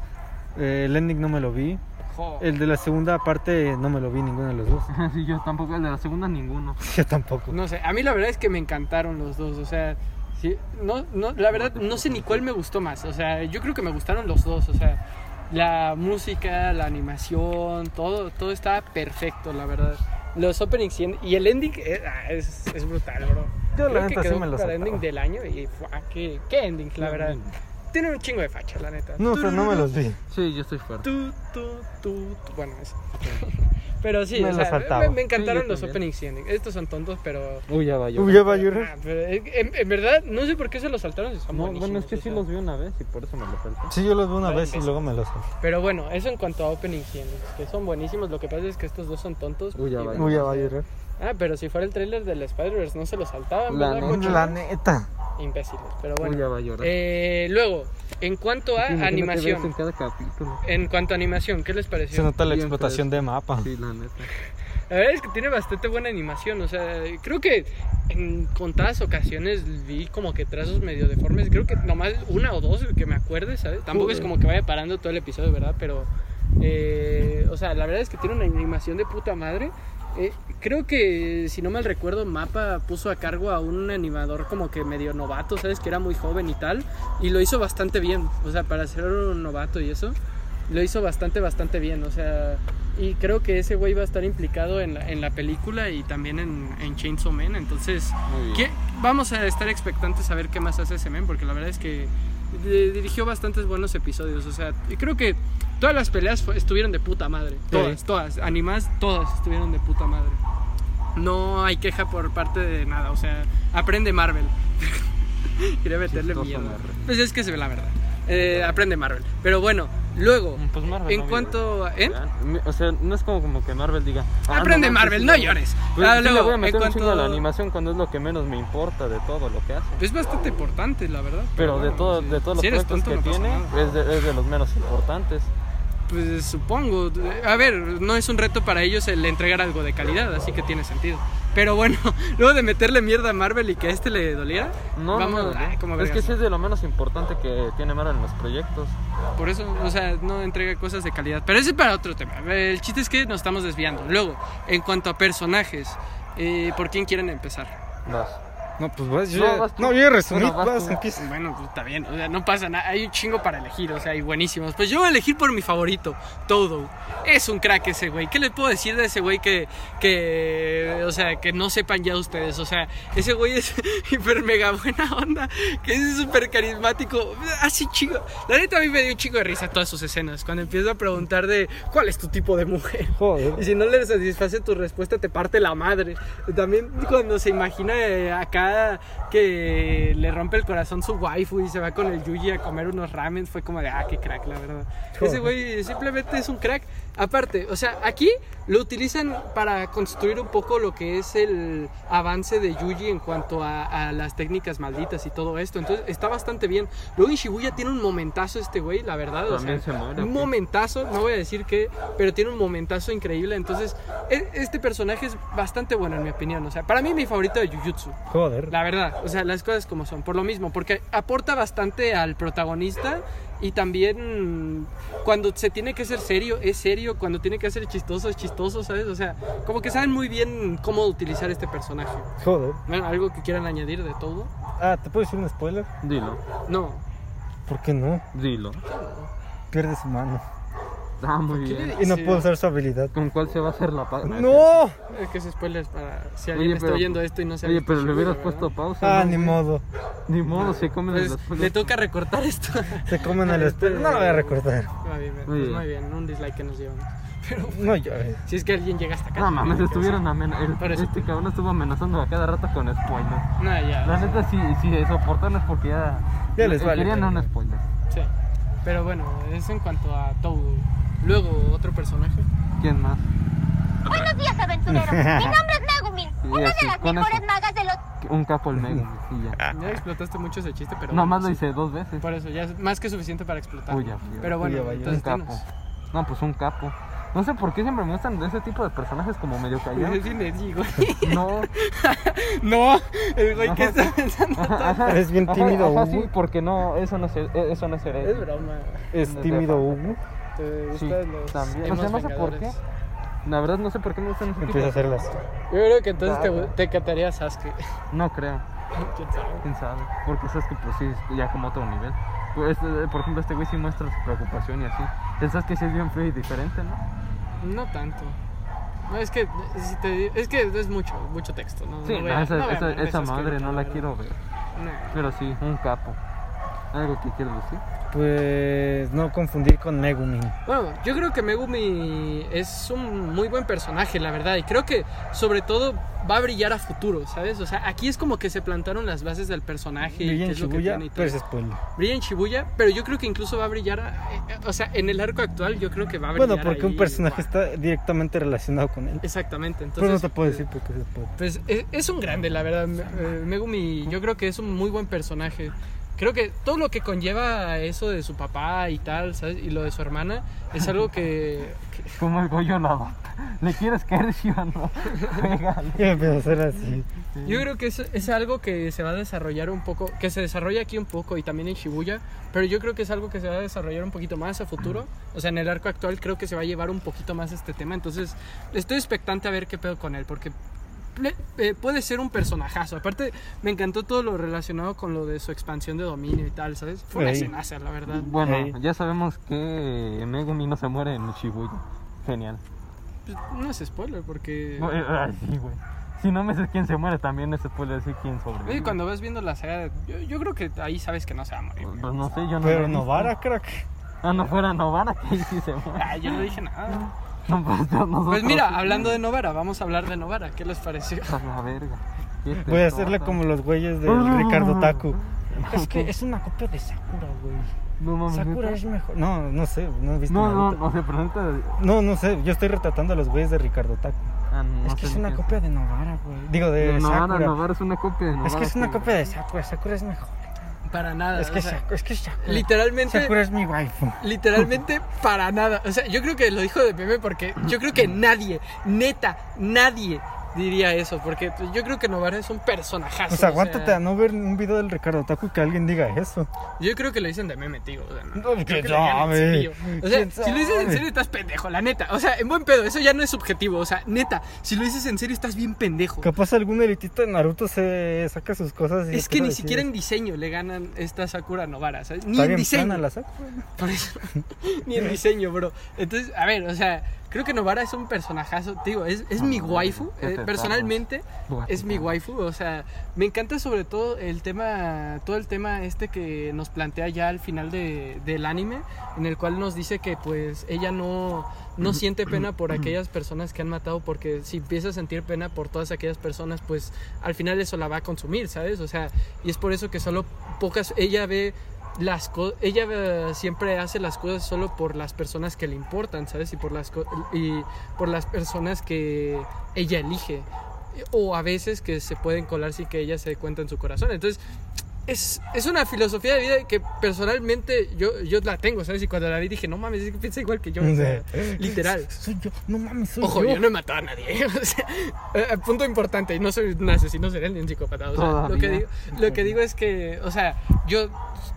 Eh, el ending no me lo vi.
Jo.
El de la segunda parte no me lo vi ninguno de los dos. *laughs*
Sí, yo tampoco, el de la segunda ninguno.
yo tampoco.
No sé, a mí la verdad es que me encantaron los dos, o sea, sí, no, no, la verdad no sé ni cuál me gustó más, o sea, yo creo que me gustaron los dos, o sea, la música, la animación, todo, todo estaba perfecto, la verdad. Los openings y, en- y el ending eh, ah, es, es brutal, bro.
Yo, la
Creo que
neta, sí
quedó
me lo
para
saltaba.
ending del año y fuá, qué, qué ending, la verdad. Tiene un chingo de facha, la neta.
No, pero no me los vi.
Sí, yo estoy fuerte.
Tú, tú, tú, tú. Bueno, eso. *laughs* Pero sí, o
Me lo
sea,
saltaba.
me, me encantaron
Sí, yo
los
también.
openings y endings. Estos son tontos, pero
Uy, ya va yo.
Uy, ya va a llorar.
Ah, pero es que en, en verdad, no sé por qué se los saltaron. si son
No,
buenísimos,
bueno, es que
o
sí
sea.
los vi una vez y por eso me lo salté.
Sí, yo los vi una
Ay, pues,
vez y
imbécil.
luego me los vi.
Pero bueno, eso en cuanto a openings y endings, que son buenísimos. Lo que pasa es que estos dos son tontos.
Uy, ya
y
va,
bueno,
Uy, ya va a llorar.
Ah, pero si fuera el trailer del Spider-Verse, no se los saltaban.
La
¿verdad,
neta.
cochino?
La neta.
Imbéciles, pero
Uy, ya
bueno.
va a llorar.
Eh, luego, en cuanto a
Sí, imagínate verse en
animación.
cada capítulo.
En cuanto a animación, ¿qué les
Se
pareció?
nota la
Bien
explotación
pues.
de mapa.
Sí, la neta.
La verdad es que tiene bastante buena animación, o sea, creo que en contadas ocasiones vi como que trazos medio deformes, creo que nomás una o dos que me acuerde, ¿sabes? Tampoco es como que vaya parando todo el episodio, ¿verdad? Pero, eh, o sea, la verdad es que tiene una animación de puta madre. Eh, creo que, si no mal recuerdo, Mapa puso a cargo a un animador como que medio novato, ¿sabes? Que era muy joven y tal, y lo hizo bastante bien, o sea, para ser un novato y eso lo hizo bastante, bastante bien. O sea, y creo que ese güey va a estar implicado en la, en la película y también en, en Chainsaw Man. Entonces,
Muy
¿qué- vamos a estar expectantes a ver qué más hace ese men, porque la verdad es que di- dirigió bastantes buenos episodios. O sea, y creo que todas las peleas fue- estuvieron de puta madre. Todas, todas. Animadas, todas estuvieron de puta madre. No hay queja por parte de nada. O sea, aprende Marvel. *laughs* Quería meterle
Chistoso,
mierda.
Marvel.
Pues es que se ve la verdad. Eh, aprende Marvel. Pero bueno, luego,
Pues Marvel
en
no
cuanto a. ¿eh?
llora. O sea, no es como, como que Marvel diga. "Ah,
Aprende
no manches,
Marvel,
sí,
no
no".
llores.
Pues,
Ah,
sí le
luego,
voy a
en
meter un
cuanto-
chingo a la animación cuando es lo que menos me importa de todo lo que hace.
Es bastante importante, la verdad.
Pero de, todo, de todos los
Ah, Si eres
proyectos
tonto,
que
no pasa
tiene,
nada.
es de, es de los menos importantes.
Pues supongo. A ver, no es un reto para ellos el entregar algo de calidad, así que tiene sentido. Pero bueno, *laughs* luego de meterle mierda a Marvel y que a este le doliera,
No,
vamos,
no, no, no.
ay, como
es que
vergas.
sí es de lo menos importante que tiene Marvel en los proyectos.
Por eso, o sea, no entrega cosas de calidad. Pero ese es para otro tema. El chiste es que nos estamos desviando. Luego, en cuanto a personajes, eh, ¿por quién quieren empezar?
Las
No, pues vas, yo,
No,
ya,
vas tú.
no, yo ya resumí,
Bueno, vas
vas,
tú.
empieza.
Bueno, pues está bien, o sea, no pasa nada, hay un chingo para elegir, o sea, hay buenísimos. Pues yo voy a elegir por mi favorito, Todo. Es un crack ese güey. ¿Qué le puedo decir de ese güey que, que, o sea, que no sepan ya ustedes? O sea, ese güey es *laughs* hiper mega buena onda, que es súper carismático, así chingo. La neta a mí me dio un chingo de risa todas sus escenas, cuando empiezo a preguntar de cuál es tu tipo de mujer.
Joder.
Y si no le satisface tu respuesta, te parte la madre. También cuando se imagina eh, acá que le rompe el corazón su waifu y se va con el Yuji a comer unos ramen, fue como de, ah, qué crack, la verdad.
Oh.
Ese güey simplemente es un crack. Aparte, o sea, aquí lo utilizan para construir un poco lo que es el avance de Yuji en cuanto a, a las técnicas malditas y todo esto. Entonces está bastante bien. Luego en Shibuya tiene un momentazo este güey, la verdad. o
También
sea,
se muere, ¿o
Un
qué?
momentazo, no voy a decir qué, pero tiene un momentazo increíble. Entonces, e- este personaje es bastante bueno, en mi opinión. O sea, para mí, mi favorito de Jujutsu.
Joder.
La verdad, o sea, las cosas como son, por lo mismo, porque aporta bastante al protagonista y también mm, cuando se tiene que ser serio, es serio, cuando tiene que ser chistoso, es chistoso, ¿sabes? O sea, como que saben muy bien cómo utilizar este personaje.
Joder.
Bueno, ¿Algo que quieran añadir de todo?
Ah, ¿te puedo decir un spoiler?
Dilo,
No.
¿Por qué no?
dilo.
Pierde su mano.
Ah, muy
¿Qué le
bien.
Y no
dices?
puedo usar su habilidad.
¿Con cuál se va a hacer la
Ah,
paga?
¡No!
Es Eh, que es spoilers para si
Oye,
alguien está
pero-
oyendo esto y no se
Oye, pero le hubieras puesto pausa.
Ah,
¿no?
ni modo.
Ni modo, se comen
Pues,
el
le toca recortar
*laughs*
esto.
Se comen al
Este-
spoiler. No lo voy a recordar.
Muy bien, pues,
Muy bien.
muy bien, un dislike que nos llevamos.
No llores.
Si es que alguien llega hasta acá.
No mames,
tiene que
estuvieron amenazando.
Por eso.
Este cabrón estuvo amenazando a cada rato con spoilers.
hacer- No, ya.
La neta, si, si soportan es porque ya.
Ya les
eh,
vale,
Querían
pero-
un spoiler.
Sí. Pero bueno, es en cuanto a Togo. Luego, otro personaje.
¿Quién más?
Buenos
*laughs*
días, aventurero. Mi nombre es Nagumin, una
así,
de las
con
mejores
eso.
magas de los...
Un capo el
*laughs*
mega. Y ya.
Ya explotaste mucho ese chiste, pero.
Nomás
bueno,
lo
sí.
hice dos veces.
Por eso, ya es más que suficiente para explotar.
Uy, ya, ya.
pero
Uy,
bueno,
ya, ya.
Un
entonces.
capo. No, pues un capo. No sé por qué siempre me gustan de ese tipo de personajes como medio
dinos. *laughs* Es
callados. *laughs*
Inegi, güey.
No,
No, el güey que está
*laughs*
pensando
*laughs*
todo.
Eres bien
Ajá,
tímido,
ajá,
Hugo.
sí, porque no, eso no es, her- eh, eso no es
Es
herencia.
broma.
Es
Desde
tímido,
abajo.
Hugo.
Te
Sí,
gustan los.
también. O
emos
sea, no sé por qué.
vengadores.
La verdad no sé por qué me gustan ese tipo
Empieza a
de-
hacerlas.
Yo creo que entonces te, te cataría a Sasuke. *laughs*
No creo,
¿Quién sabe?
quién sabe. Porque sabes que pues sí, es ya como otro nivel. Pues, eh, por ejemplo, este güey sí muestra su preocupación y así. Pensás que sí es bien feo y diferente, ¿no?
No tanto. No, es que, si te- es que es mucho, mucho texto. No,
Sí,
no voy
no,
a-
esa,
no voy a
esa-
hablar de
esa
Sasuke
madre
ahorita,
no la
verdad.
quiero ver.
No.
Pero sí, un capo. ¿Algo que quieres decir?
Pues no confundir con Megumin.
Bueno, yo creo que Megumi es un muy buen personaje, la verdad, y creo que sobre todo va a brillar a futuro, ¿sabes? O sea, aquí es como que se plantaron las bases del personaje y
Brilla
qué
en
es lo que
Shibuya,
tiene y todo.
pero es spoiler.
Brilla en Shibuya, pero yo creo que incluso va a brillar, a- eh, eh, o sea, en el arco actual yo creo que va a brillar.
Bueno, porque
ahí,
un personaje
guau.
está directamente relacionado con él.
Exactamente, entonces. eh,
Pero no te puedo decir porque es spoiler.
Pues es, es un grande, la verdad. Me- eh, Megumi, yo creo que es un muy buen personaje. Creo que todo lo que conlleva eso de su papá y tal, ¿sabes? Y lo de su hermana, es algo que.
Como el Goyo lo adopta. ¿Le quieres caer sí o no? Pégale.
Y empieza a hacer así.
Yo creo que es, es algo que se va a desarrollar un poco, que se desarrolla aquí un poco y también en Shibuya, pero yo creo que es algo que se va a desarrollar un poquito más a futuro. O sea, en el arco actual creo que se va a llevar un poquito más este tema, entonces estoy expectante a ver qué pedo con él, porque ple- eh, puede ser un personajazo. Aparte, me encantó todo lo relacionado con lo de su expansión de dominio y tal, ¿sabes? Fue una
Ey.
escenaza, la verdad.
Bueno,
Ey.
ya sabemos que Megumi no se muere en Shibuya. Genial.
Pues, no es spoiler, porque...
No, eh, Ay, sí, güey. Si no me dices quién se muere, también se puede decir quién sobrevive.
Oye, eh, cuando vas viendo la saga, yo, yo creo que ahí sabes que no se va a morir.
Pues no sé, yo no. lo he
Pero
visto.
Novara, crack.
Ah, no fuera Novara, que ahí sí se
*laughs*
muere.
Ah, yo no dije nada.
No, pues, nosotros-
Pues mira, hablando de Novara, vamos a hablar de Novara. ¿Qué les
*laughs*
pareció?
A la verga. Qué
Voy a hacerle
tetota.
como los güeyes de
Ah.
Ricardo Taku. Es que es una copia de Sakura, güey.
No mames.
Sakura
¿neta?
es mejor. No, no sé, no he visto
No, no,
Naruto.
no se presenta.
No, no sé, yo estoy retratando a los güeyes de Ricardo Taco.
Ah, no
es que
sé
es
ni
una
qué.
copia de Novara, güey. Digo, de
No, Novara,
Sakura.
Novara es una copia de Novara.
Es que es una
güey.
copia de Sakura, Sakura es mejor.
Para nada.
Es que,
Ah, o sea,
Sakura, es que
eh,
Sakura.
literalmente,
Sakura es mi waifu.
*laughs*
literalmente para nada. O sea, yo creo que lo dijo de Pepe porque yo creo que nadie, neta, nadie diría eso, porque t- yo creo que Novara es un personajazo.
Pues
o
aguántate
sea,
a no ver un video del Ricardo Taco y que alguien diga eso.
Yo creo que lo dicen de meme, tío. O sea, no,
No,
creo
que
que lo digan en
sabe.
serio. O sea,
¿Quién
si lo dices en
sabe?
serio, estás pendejo, la neta. O sea, en buen pedo, eso ya no es subjetivo. O sea, neta, si lo dices en serio, estás bien pendejo.
Capaz algún elitista de Naruto se saca sus cosas y
Es que
empieza a
ni
decir,
siquiera en diseño le ganan esta Sakura Novara, ¿sabes? Ni
"Está
en
bien
diseño.
plana la saco".
Por eso, *laughs* ni en diseño, bro. Entonces, a ver, o sea, creo que Novara es un personajazo. Te Digo, es, es mi
No,
waifu.
qué
eh,
pesado.
personalmente,
*laughs* Guau,
es mi
guau.
waifu. O sea, me encanta sobre todo el tema, todo el tema este que nos plantea ya al final de- del anime, en el cual nos dice que pues ella no, no siente pena por aquellas personas que han matado, porque si empieza a sentir pena por todas aquellas personas, pues al final eso la va a consumir, ¿sabes? O sea, y es por eso que solo pocas, ella ve las cosas, ella eh, siempre hace las cosas solo por las personas que le importan, ¿sabes? Y por las, co- y por las personas que ella elige. O a veces que se pueden colar sin que ella se dé cuenta en su corazón. Entonces, es, es una filosofía de vida que personalmente yo, yo la tengo, ¿sabes? Y cuando la vi dije, no mames, es que piensa igual que yo. o
*laughs*
sea, literal.
Soy yo, no mames, soy
Ojo,
yo.
yo no he matado a nadie. *laughs* O sea, eh, punto importante, no soy un asesino serial ni un psicópata. O sea, lo, que
Todavía.
digo, lo que digo es que, o sea, yo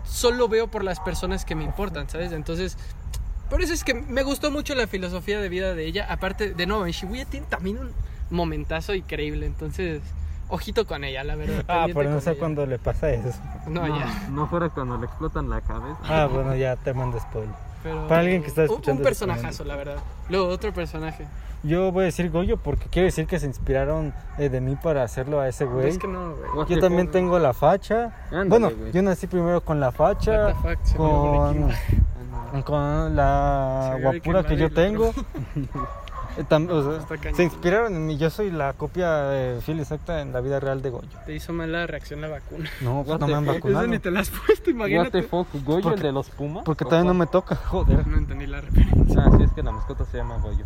solo veo por las personas que me importan, ¿sabes? Entonces, por eso es que me gustó mucho la filosofía de vida de ella. Aparte, de nuevo, en Shibuya tiene también un momentazo increíble. Entonces, ojito con ella, la verdad.
Ah,
pendiente
pero no
con
sé
ella.
cuándo le pasa eso.
No, ya.
no fuera cuando le explotan la cabeza.
Ah, bueno, ya te mando spoiler.
Pero,
Para alguien que está
un- Un
escuchando esto,
personajazo, la verdad. Luego, otro personaje.
Yo voy a decir Goyo porque quiero decir que se inspiraron eh, de mí para hacerlo a ese güey.
Ah, Es que no, güey.
What
Yo
the
también
fuck?
tengo la facha.
Ándale,
bueno,
güey.
yo nací primero con la
What
facha,
the fuck, se me olvidó
con,
aquí.
con
Se
la
me olvidó que
guapura que
madre
yo
la
tengo. *laughs* Eh, tam- o sea,
Está cañón.
se inspiraron en mí. Yo soy la copia eh, fiel exacta en la vida real de Goyo.
Te hizo mala reacción la vacuna.
No,
What
pues no
the
me han
fuck?
*laughs*
vacunado.
Eso ni te la has puesto,
What the
imagínate.
fuck, Goyo,
Porque-
el de los Pumas.
Porque
¿O
todavía no
cuál?
me toca, joder.
No entendí la referencia.
Ah, sí, es que la mascota se llama Goyo.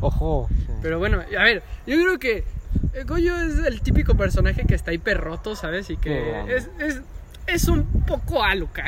Ojo.
Pero bueno, a ver, yo creo que eh, Goyo es el típico personaje que está hiperroto, ¿sabes? Y
Qué
que
grande.
es, es, es un poco Alucard.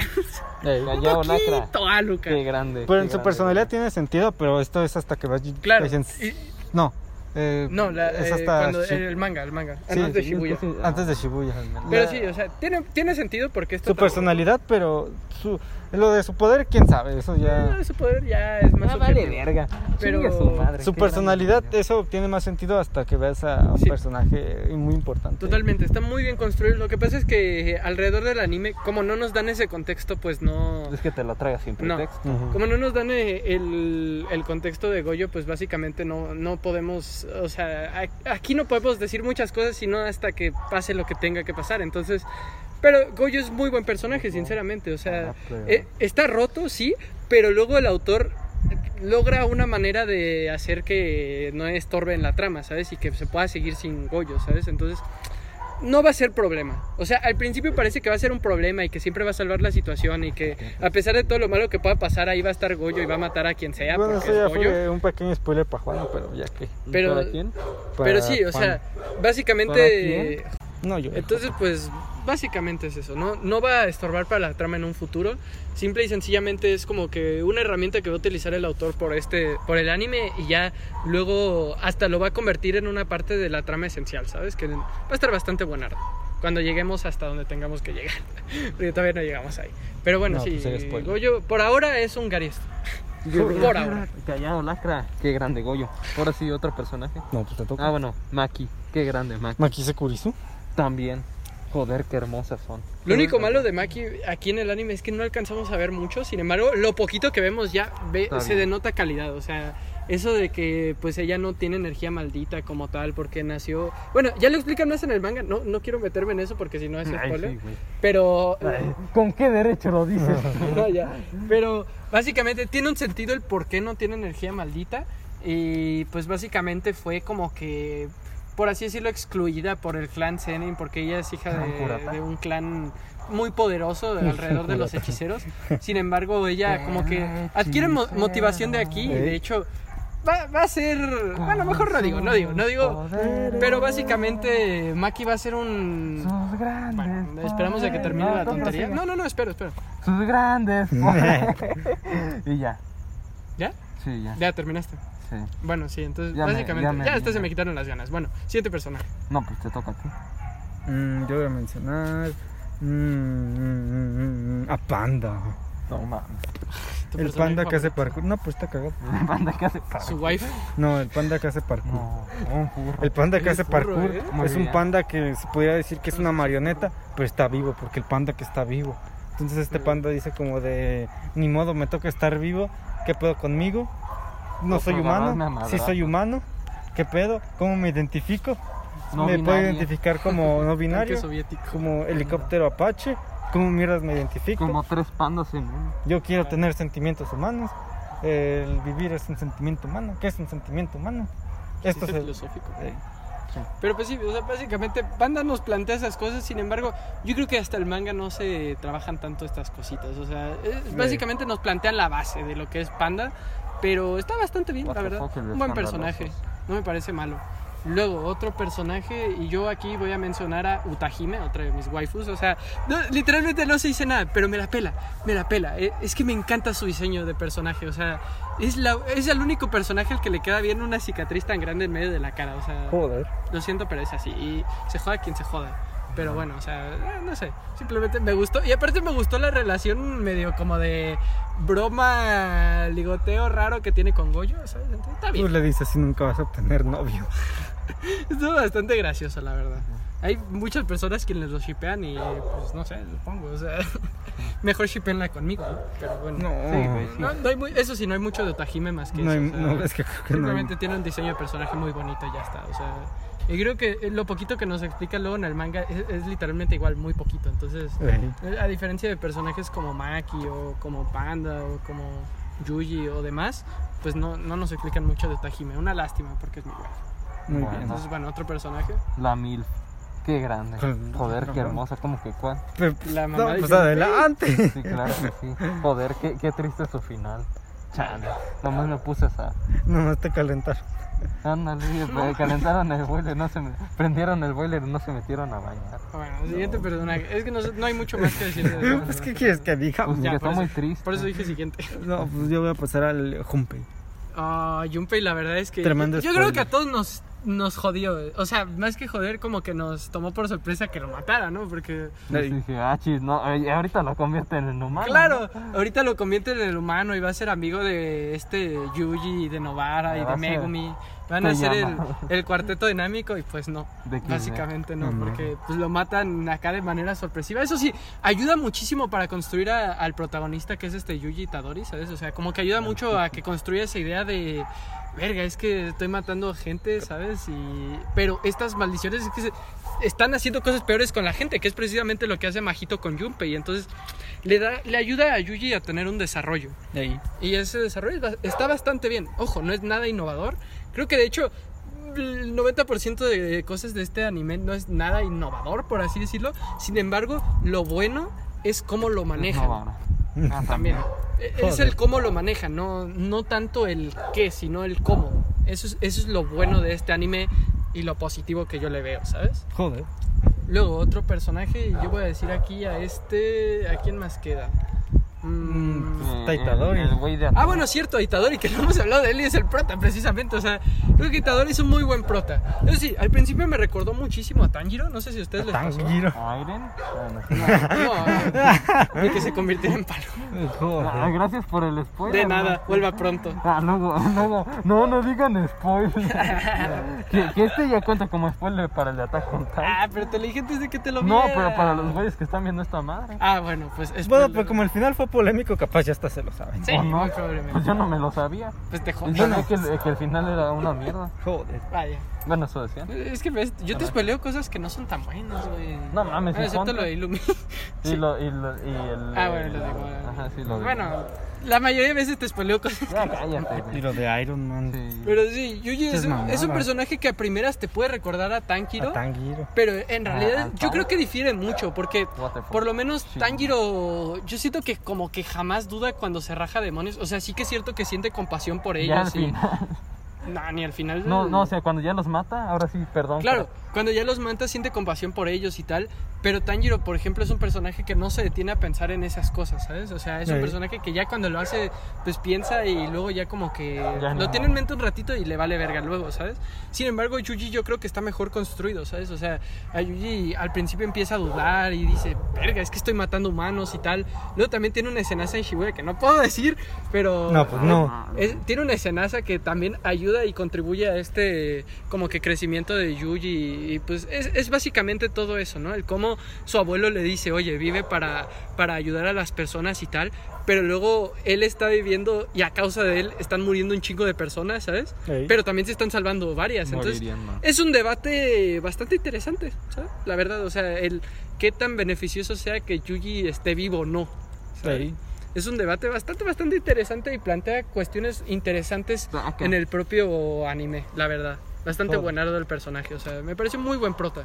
Ey.
*laughs* Un
Callao, lacra.
poquito Alucard.
Qué grande.
Pero
qué
en su
grande,
personalidad
güey.
tiene sentido, pero esto es hasta que va
Claro.
dicen-
y-
No. eh,
no, la-
es
eh,
hasta
cuando-
Shi-
el manga, el manga.
Sí,
antes de
sí,
Shibuya.
sí, sí.
antes de Shibuya.
Pero
La-
sí, o sea, tiene, tiene sentido porque esto...
su personalidad, pero su, lo de su poder, quién sabe, eso ya.
Ah, Su poder ya es más
Ah, vale,
subjetivo.
verga.
Pero-
Chingue su madre,
Su
qué
personalidad,
grande,
eso tiene más sentido hasta que veas a un
Sí.
personaje muy importante.
Totalmente, está muy bien construido. Lo que pasa es que eh, alrededor del anime, como no nos dan ese contexto, pues no...
Goyo. Es que te lo tragas sin
No.
pretexto.
Ujú.
Como no nos dan eh, el, el contexto de Goyo, pues básicamente no, no podemos, o sea, a- aquí no podemos decir muchas cosas sino hasta que pase lo que tenga que pasar. Entonces, pero Goyo es muy buen personaje, sinceramente, o sea,
Ah, pero-
eh, está roto, sí, pero luego el autor logra una manera de hacer que no estorbe en la trama, ¿sabes? Y que se pueda seguir sin Goyo, ¿sabes? Entonces, no va a ser problema. O sea, al principio parece que va a ser un problema y que siempre va a salvar la situación y que a pesar de todo lo malo que pueda pasar, ahí va a estar Goyo y va a matar a quien sea
Bueno,
porque
eso ya
es Goyo.
fue un pequeño spoiler para Juan, pero ya que.
¿Y
pero-
para quién?
Pero
para
sí, o
Juan.
sea,
¿Para
básicamente...
quién?
No, yo.
Entonces, pues básicamente es eso, ¿no? No va a estorbar para la trama en un futuro. Simple y sencillamente es como que una herramienta que va a utilizar el autor por este por el anime y ya luego hasta lo va a convertir en una parte de la trama esencial, ¿sabes? Que va a estar bastante buena cuando lleguemos hasta donde tengamos que llegar. *laughs* Porque todavía no llegamos ahí. Pero bueno,
No,
sí,
pues, sería spoiler.
Goyo por ahora es un Garist.
Goyo,
*laughs* Por
lacra,
ahora.
Callao, lacra. Qué grande, Goyo. Ahora sí, otro personaje.
No, pues te toca.
Ah, bueno, Maki. Qué grande, Maki.
Makise Kurisu.
También. Joder, qué hermosas son.
Lo único malo de Maki aquí en el anime es que no alcanzamos a ver mucho, sin embargo, lo poquito que vemos ya ve-
Está
se
bien.
denota calidad, o sea, eso de que pues ella no tiene energía maldita como tal porque nació... Bueno, ya lo explican más en el manga, no, no quiero meterme en eso porque si no es
Ay,
spoiler,
sí, güey.
pero...
¿Con qué derecho lo dices?
*laughs* No, ya. Pero básicamente tiene un sentido el por qué no tiene energía maldita. Y pues básicamente fue como que, por así decirlo, excluida por el clan Zenin, porque ella es hija
¿Clan
de,
Kurata?
de un clan muy poderoso de alrededor de los hechiceros. Sin embargo, ella como que adquiere mo- motivación de aquí. y de hecho, va, va a ser... Bueno, a lo mejor no digo, no digo, no digo. Pero básicamente Maki va a ser un...
Sus grandes.
Bueno, esperamos a que termine la tontería. No, no, no, espero, espero.
Sus *laughs* grandes. y ya.
¿Ya?
Sí, ya.
Ya terminaste.
Sí. Sí.
Bueno, sí, entonces
Ya me-
básicamente.
ya
Ya,
me-
hasta se me quitaron las ganas. Bueno, siguiente personaje.
No, pues te toca a ti.
Mm, yo voy a mencionar. mm, mm, mm, mm, a Panda.
No *laughs* mames.
Tu
El
personaje
panda que hace
favorito.
parkour. No, pues está cagado.
Banda que hace para.
Su wife.
No, el panda que hace parkour.
No, un burro.
El panda que
Eres
hace
burro,
parkour
¿eh?
Muy
es un
bien.
panda que se podría decir que es una marioneta, pero está vivo, porque el panda que está vivo. Entonces este
Mm.
panda dice como de, ni modo, me toca estar vivo, ¿qué pedo conmigo? No
No
soy
puedo agarrarme a
humano, sí
madrazos.
soy humano, ¿qué pedo? ¿Cómo me identifico?
No
me puedo
binario.
identificar
*laughs*
como
*laughs*
no
Tanque
binario,
soviético.
como helicóptero apache, ¿cómo mierdas me identifico?
Como tres pandas en uno.
Yo quiero tener sentimientos humanos, el vivir es un sentimiento humano, ¿qué es un sentimiento humano? Esto
Chiste
es el-
filosófico.
eh,
Pero pues sí, o sea, básicamente Panda nos plantea esas cosas, sin embargo, yo creo que hasta el manga no se trabajan tanto estas cositas, o sea, es-
Sí.
básicamente nos plantean la base de lo que es Panda, pero está bastante bien, la
What the
verdad.
fuck, el
Un buen
escandaloso.
personaje, no me parece malo. Luego, otro personaje, y yo aquí voy a mencionar a Utahime, otra de mis waifus. O sea, no, literalmente no se dice nada, pero me la pela, me la pela. Eh, Es que me encanta su diseño de personaje. O sea, es, la, es el único personaje al que le queda bien una cicatriz tan grande en medio de la cara. O sea,
Joder.
lo siento, pero es así. Y se joda quien se joda. Pero bueno, o sea, eh, no sé. Simplemente me gustó. Y aparte me gustó la relación medio como de broma, ligoteo raro que tiene con Goyo. ¿sabes? Entonces, está
Tú
bien.
le dices si nunca vas a tener novio.
Estuvo bastante gracioso, la verdad. Hay muchas personas quienes lo shipean y pues no sé, supongo. O sea, *laughs* mejor shipeenla conmigo. ¿no? Pero bueno.
No,
Sí, güey, sí.
No, no hay muy- eso sí, no hay mucho de Tajime más que
no, hay-
eso. o sea,
no, es que creo que no hay-
Simplemente tiene un diseño de personaje muy bonito y ya está. O sea, y creo que eh, lo poquito que nos explica luego en el manga es, es literalmente igual, muy poquito. Entonces, eh,
Ey,
a diferencia de personajes como Maki o como Panda o como Yuji o demás, pues no, no nos explican mucho de Tajime. Una lástima porque es muy bueno.
muy
Bueno.
bien.
Entonces, bueno, otro personaje.
La mil. Qué grande.
Con-
Joder, qué hermosa. Como que cuál.
Pero,
La
no,
mamá de
pues
Junpei.
*laughs* adelante.
Sí, claro que sí. Joder, qué, qué triste su final. Chale. Nomás me puse esa.
Nomás te calentar.
Ándale,
*laughs*
me calentaron el boiler, no se me... prendieron el boiler, no se metieron a bañar.
Bueno, siguiente personaje. Es que no, sé- no hay mucho más que
*laughs*
decir. de
Pues, ¿qué quieres que diga?
Pues
Ya,
que
por
está
eso-
muy triste.
Por eso dije siguiente.
No, pues yo voy a pasar al Junpei.
Ah, Junpei, la verdad es que.
Tremendo
yo, yo creo
spoiler.
que a todos nos, nos jodió. eh. O sea, más que joder, como que nos tomó por sorpresa que lo matara, ¿no? Porque.
Entonces dije, ah, chis, no, eh, ahorita lo convierten en humano.
Claro, *laughs* ahorita lo convierten en el humano y va a ser amigo de este Yuji, de Novara y
Va
de
a ser-
Megumi. Van a
se
ser el,
llama.
el cuarteto dinámico y pues no.
*laughs* ¿De quién, eh?
Básicamente no,
No, no.
porque pues, lo matan acá de manera sorpresiva. Eso sí, ayuda muchísimo para construir a- al protagonista que es este Yuji Itadori, ¿sabes? O sea, como que ayuda mucho a que construya esa idea de. Verga, es que estoy matando gente, ¿sabes? Y... Pero estas maldiciones es que se- están haciendo cosas peores con la gente, que es precisamente lo que hace Majito con Junpei. Entonces, le, da, le ayuda a Yuji a tener un desarrollo. Y ese desarrollo es ba- está bastante bien. Ojo, no es nada innovador. Creo que de hecho el 90% de cosas de este anime no es nada innovador, por así decirlo. Sin embargo, lo bueno es cómo lo manejan.
Pues, No, ahora. Ah,
También. E- Es
Joder.
el cómo lo manejan, no, no tanto el qué, sino el cómo. Eso es, eso es lo bueno de este anime y lo positivo que yo le veo, ¿sabes?
Joder.
Luego, otro personaje, y yo voy a decir aquí a este... ¿A quién más queda? Mm,
pues,
Eh,
Está Itadori.
El, el güey de
Ah, bueno, cierto, Itadori, que no hemos hablado de él y es el prota, precisamente. O sea, creo que Itadori es un muy buen prota. Eso sí, al principio me recordó muchísimo a Tanjiro. No sé si a ustedes les pasó.
Tanjiro.
Iron. Ah, no sé.
*laughs* No, de que se convirtiera en palo.
*laughs*
Ah,
Joder.
gracias por el spoiler.
De nada,
¿no?
vuelva pronto.
Ah, luego, luego. No, no digan
*laughs*
spoiler. que, que este ya cuenta como spoiler para el de Attack on Titan.
Ah, pero te lo dije antes de que te lo
No,
viera.
pero para los güeyes que están viendo esta madre.
Ah, bueno, pues es.
Bueno, pero como el final fue polémico, capaz ya hasta se lo saben.
Sí,
¿O no?
muy
Pues yo
probablemente.
no me lo sabía.
Pues te
Yo
jodas.
sabía que el, que el final era una mierda.
Joder.
Vaya.
Bueno, eso decían.
Es que ves, yo te spoileo cosas que no son tan buenas, güey.
No mames,
Bueno, excepto
Juan.
lo de Illumi. *laughs*
Y, lo, y, lo, y el.
Ah, bueno, lo digo.
Ajá, sí, lo digo.
Bueno, la mayoría de veces te spoileo cosas
Ya
*laughs*
cállate, güey.
Y lo de Iron Man.
Sí.
Pero sí, Yuji
Esa
es,
es
un-
mamada.
es un personaje que a primeras te puede recordar a Tanjiro,
A Tanjiro.
pero en realidad
Ah,
yo creo
Tanjiro.
que difieren mucho, porque
What the fuck.
por lo menos
Sí.
Tanjiro, yo siento que como que jamás duda cuando se raja demonios, o sea, sí que es cierto que siente compasión por
Ya al
ellos. y-
final.
Nah, ni al final.
No, no, o sea, cuando ya los mata, ahora sí, perdón.
Claro, cuando ya los manta siente compasión por ellos y tal, pero Tanjiro, por ejemplo, es un personaje que no se detiene a pensar en esas cosas, ¿sabes? O sea, es un
Sí.
personaje que ya cuando lo hace, pues piensa y luego ya como que
Ya
lo
no.
tiene en mente un ratito y le vale verga luego, ¿sabes? Sin embargo, Yuji yo creo que está mejor construido, ¿sabes? O sea, a Yuji al principio empieza a dudar y dice, verga, es que estoy matando humanos y tal. Luego también tiene una escenaza en Shibuya que no puedo *laughs* decir, pero...
No, pues no.
Ah,
Es- tiene una escenaza que también ayuda y contribuye a este como que crecimiento de Yuji y, pues es, es básicamente todo eso, ¿no? El cómo su abuelo le dice, oye, vive para, para ayudar a las personas y tal, pero luego él está viviendo y a causa de él están muriendo un chingo de personas, ¿sabes?
Ey.
Pero también se están salvando varias, entonces eh,
morirían más.
es un debate bastante interesante, ¿sabes? La verdad, o sea, el qué tan beneficioso sea que Yuji esté vivo o no. ¿sabes?
Ey.
Es un debate bastante, bastante interesante y plantea cuestiones interesantes
Ah, ok.
en el propio anime, la verdad. Bastante
Claro.
buenardo el personaje, o sea, me parece muy buen prota.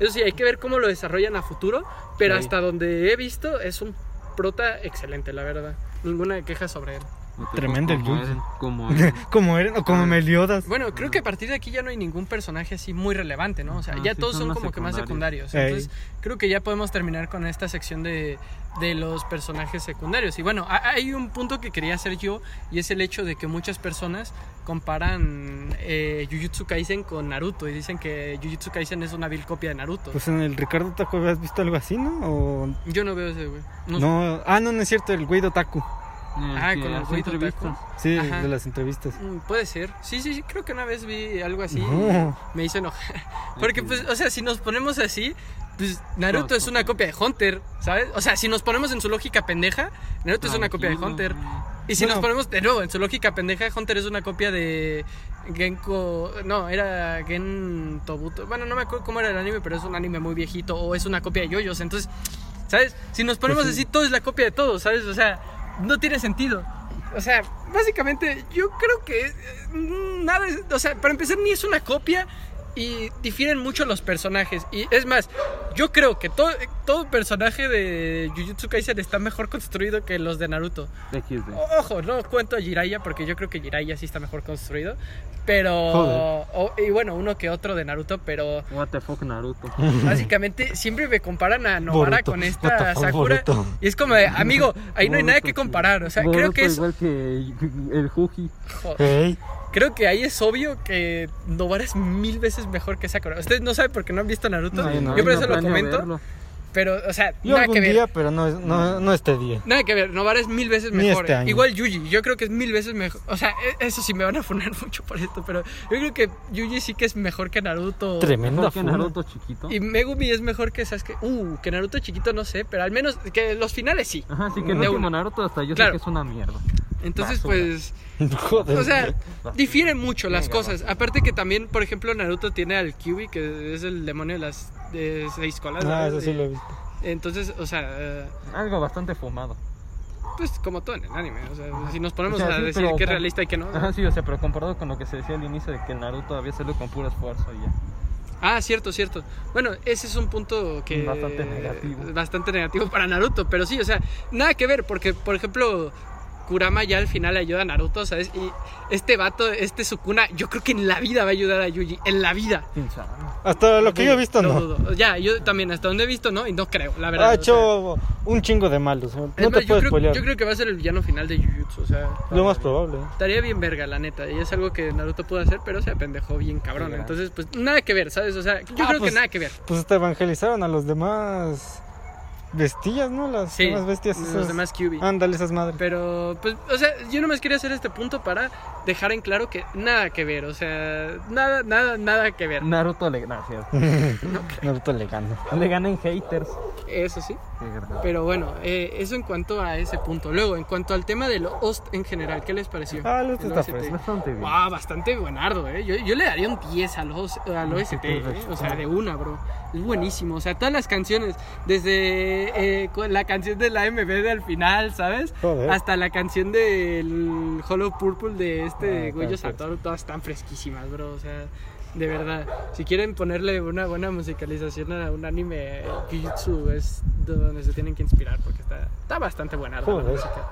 Eso sí, hay que ver cómo lo desarrollan a futuro, pero
Sí.
hasta donde he visto es un prota excelente, la verdad. Ninguna queja sobre él.
Nosotros
Tremendo el
como
Yuji.
Eren, Como Eren.
Como Eren o como Meliodas.
Ah. Bueno, creo que a partir de aquí ya no hay ningún personaje así muy relevante, ¿no? O sea,
Ajá,
ya
sí,
todos
son
son
más
como que más
secundarios.
secundarios.
Ey.
Entonces, creo que ya podemos terminar con esta sección de, de los personajes secundarios. Y bueno, ha- hay un punto que quería hacer yo y es el hecho de que muchas personas comparan eh, Jujutsu Kaisen con Naruto y dicen que Jujutsu Kaisen es una vil copia de Naruto.
Pues en el Ricardo Otaku habías visto algo así, ¿no? O-
Yo no veo ese, güey. No-
No. Ah, no, no es cierto, el güey de Otaku.
Ah,
que
con el
hace
güey Totaku.
entrevistas.
Sí,
Ajá.
de las entrevistas.
Mm, Puede ser. Sí, sí, sí, creo que una vez vi algo así.
No.
y Me hizo enojar.
*laughs*
Porque, pues, o sea, si nos ponemos así, pues Naruto
No,
es una
ok.
copia de Hunter, ¿sabes? O sea, si nos ponemos en su lógica pendeja, Naruto
Ah,
es una copia de
Tranquilo.
Hunter. Y si nos
Bueno.
ponemos de nuevo en su lógica pendeja, Hunter es una copia de Genko. No, era Gen Tobuto. Bueno, no me acuerdo cómo era el anime, pero es un anime muy viejito. O es una copia de Yoyos. Entonces, ¿sabes? Si nos ponemos así, todo es la copia de todo, ¿sabes? O sea, no tiene sentido. O sea, básicamente, yo creo que eh, nada es. O sea, para empezar, ni es una copia. Y difieren mucho los personajes. Y es más, yo creo que todo, todo personaje de Jujutsu Kaisen está mejor construido que los de Naruto.
XD.
O- Ojo, no cuento a Jiraiya porque yo creo que Jiraiya sí está mejor construido. Pero.
Joder.
o- y bueno, uno que otro de Naruto,
*laughs*
pero
What the fuck, Naruto.
básicamente siempre me comparan a Novara
Boruto.
con
What the
esta
fuck,
Sakura.
Boruto.
Y es como de, amigo, ahí no hay nada
Boruto,
que
sí.
comparar. O sea, creo
Boruto
que es.
Igual que el Juji.
joder,
Ey.
creo que ahí es obvio que Novara es mil veces mejor que Sakura. Ustedes no saben porque no han visto Naruto.
No, no,
yo
no
por eso lo
planeo
comento.
verlo.
Pero, o sea,
Yo
nada que
algún
ver.
día, pero no, es- no, no este día.
Nada que ver, Novara es mil veces
Ni
mejor.
este
eh.
año.
Igual Yuji, yo creo que es mil veces mejor. O sea, e- eso sí me van a funar *laughs* mucho por esto, pero yo creo que Yuji sí que es mejor que Naruto.
Tremenda
Mejor que
funa. *laughs*
Naruto chiquito.
Y Megumi es mejor que Sasuke. Uh, que Naruto chiquito no sé, pero al menos que los finales sí.
Ah,
Ajá, sí que el
De
último
una.
Naruto hasta yo
Claro.
sé que es una mierda.
Entonces,
Basura.
pues.
Joder.
O sea, difieren mucho las
Venga,
cosas. Aparte que también, por ejemplo, Naruto tiene al Kyuubi, que es el demonio de las de seis colas.
ah,
¿verdad?
eso sí
Y-
lo he visto.
Entonces, o sea, eh,
Algo bastante fumado.
pues como todo en el anime. O sea, si nos
*laughs*
ponemos
O sea,
a
sí,
decir
pero-
que es realista y que no.
Ajá, sí, o sea, pero comparado con lo que se decía al inicio de que Naruto había salido con puro esfuerzo y ya.
Ah, cierto, cierto. Bueno, ese es un punto que...
Bastante negativo.
Bastante negativo para Naruto, pero sí, o sea, nada que ver, porque, por ejemplo, Kurama ya al final ayuda a Naruto, ¿sabes? Y este vato, este Sukuna, yo creo que en la vida va a ayudar a Yuji, en la vida.
Pinchado.
Hasta lo que yo he visto,
Lo
no.
dudo. Ya, yo también, hasta donde he visto, no, y no creo, la verdad.
Ha
o sea.
hecho un chingo de malos. No
Es más,
te puedes
yo, creo,
spoilear.
yo creo que va a ser el villano final de Jujutsu, o sea...
Lo más probable.
Estaría bien verga, la neta. Y es algo que Naruto pudo hacer, pero se apendejó bien cabrón.
Sí, ¿verdad?
Entonces, pues nada que ver, ¿sabes? O sea, yo
Ah,
creo
pues,
que nada que ver.
Pues hasta evangelizaron a los demás bestillas, ¿no? Las
Sí,
demás bestias.
los
esas. Ah.
demás QB.
Ándale, esas madres.
Pero, pues, o sea, yo nomás quería hacer este punto para dejar en claro que nada que ver, o sea, nada, nada, nada que ver.
Naruto le gana, cierto.
Naruto le gana.
Le ganan haters.
Eso sí.
Sí, verdad.
Pero bueno, eh, eso en cuanto a ese punto. Luego, en cuanto al tema del host en general, ¿qué les pareció?
Ah, el OST está
OST.
fresco.
Bastante bien.
Guau, bastante buenardo, ¿eh? Yo, yo le daría un 10 al, os-
Mm,
al OST, ¿eh? O sea, de una, bro. Es buenísimo. O sea, todas las canciones, desde eh, cu- la canción de la MB del final, ¿sabes?
¿eh?
Joder.
Hasta la canción del Hollow Purple de este
Ah,
Goyo
está
Satoru, todas están fresquísimas, bro. O sea, de verdad. Si quieren ponerle una buena musicalización a un anime, Jujutsu es donde se tienen que inspirar porque está, está bastante buena la
Joder.
música.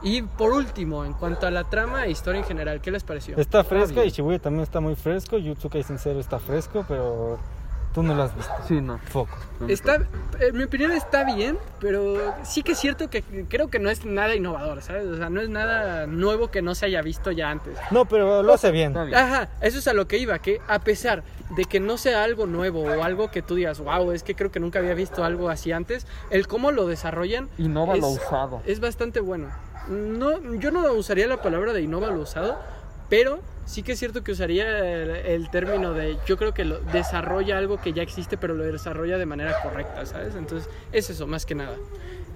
Y por último, en cuanto a la trama e historia en general, ¿qué les pareció?
Está fresca
Ah,
y Shibuya también está muy fresco. Yutsuka y Sincero está fresco, pero tú no lo has visto.
Sí, no.
Foco.
no,
Está, en mi opinión está bien, pero sí que es cierto que creo que no es nada innovador, ¿sabes? O sea, no es nada nuevo que no se haya visto ya antes.
No, pero lo hace bien.
Está bien.
Ajá, eso es a lo que iba, que a pesar de que no sea algo nuevo o algo que tú digas, wow, es que creo que nunca había visto algo así antes, el cómo lo desarrollan
Innova lo
es- eh,
usado.
es bastante bueno. No, yo no usaría la palabra de innova lo usado, pero sí que es cierto que usaría el, el término de yo creo que lo, desarrolla algo que ya existe, pero lo desarrolla de manera correcta, ¿sabes? Entonces es eso, más que nada.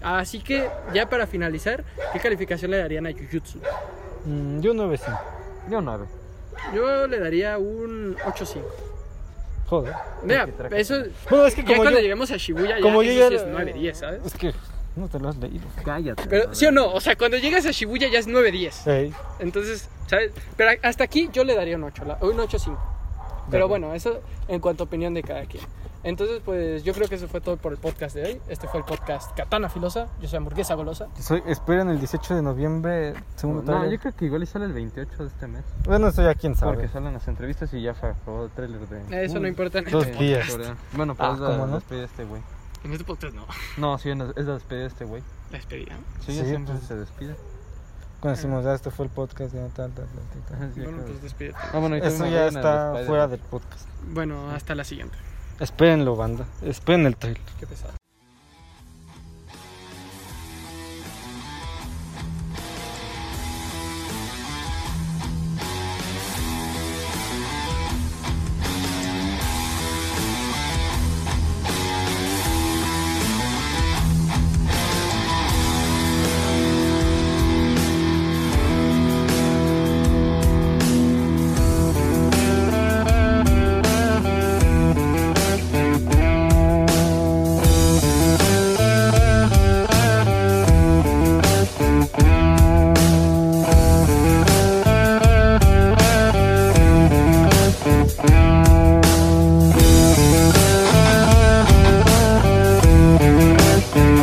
Así que ya para finalizar, ¿qué calificación le darían a Jujutsu?
Mm, yo 9-5.
Yo 9.
Yo le daría un 8-5.
Joder.
Mira,
Qué traca.
eso.
Bueno, es que
Ya
como
cuando
yo...
lleguemos a Shibuya, ya,
como
como
yo ya-
es 9-10, ¿sabes?
Es que no te lo has leído.
Cállate.
Pero sí o no, o sea, cuando llegas a Shibuya ya es 9-10.
Ey,
Entonces, ¿sabes? Pero hasta aquí yo le daría un 8, la- un 8.5. Pero bueno, eso en cuanto a opinión de cada quien. Entonces, pues yo creo que eso fue todo por el podcast de hoy. Este fue el podcast Katana Filosa. Yo soy Hamburguesa Golosa.
soy, esperan el 18 de noviembre, segundo
No,
trailer.
yo creo que igual y sale el 28 de este mes.
Bueno, eso ya quién
Porque
sabe.
salen las entrevistas y ya se acabó el trailer de.
Eso no
Uy,
importa.
Dos
de
días.
Corea. Bueno,
Ah,
pues es la
¿cómo no?
despedida de este güey.
En este podcast no.
No, sí, no, es la despedida de este güey.
La despedida.
Sí,
Sí,
ya siempre
pues.
se despide. *laughs*
Cuando decimos, ya, este fue el podcast, ya tal, tal, tal, tal, tal.
Ajá, sí,
Bueno,
claro.
pues despídete.
Ah, bueno, y
Eso
también
ya
viene
está
Spider-Man.
fuera del podcast.
Bueno, hasta la siguiente.
Espérenlo, banda. Esperen el trailer.
Qué pesado.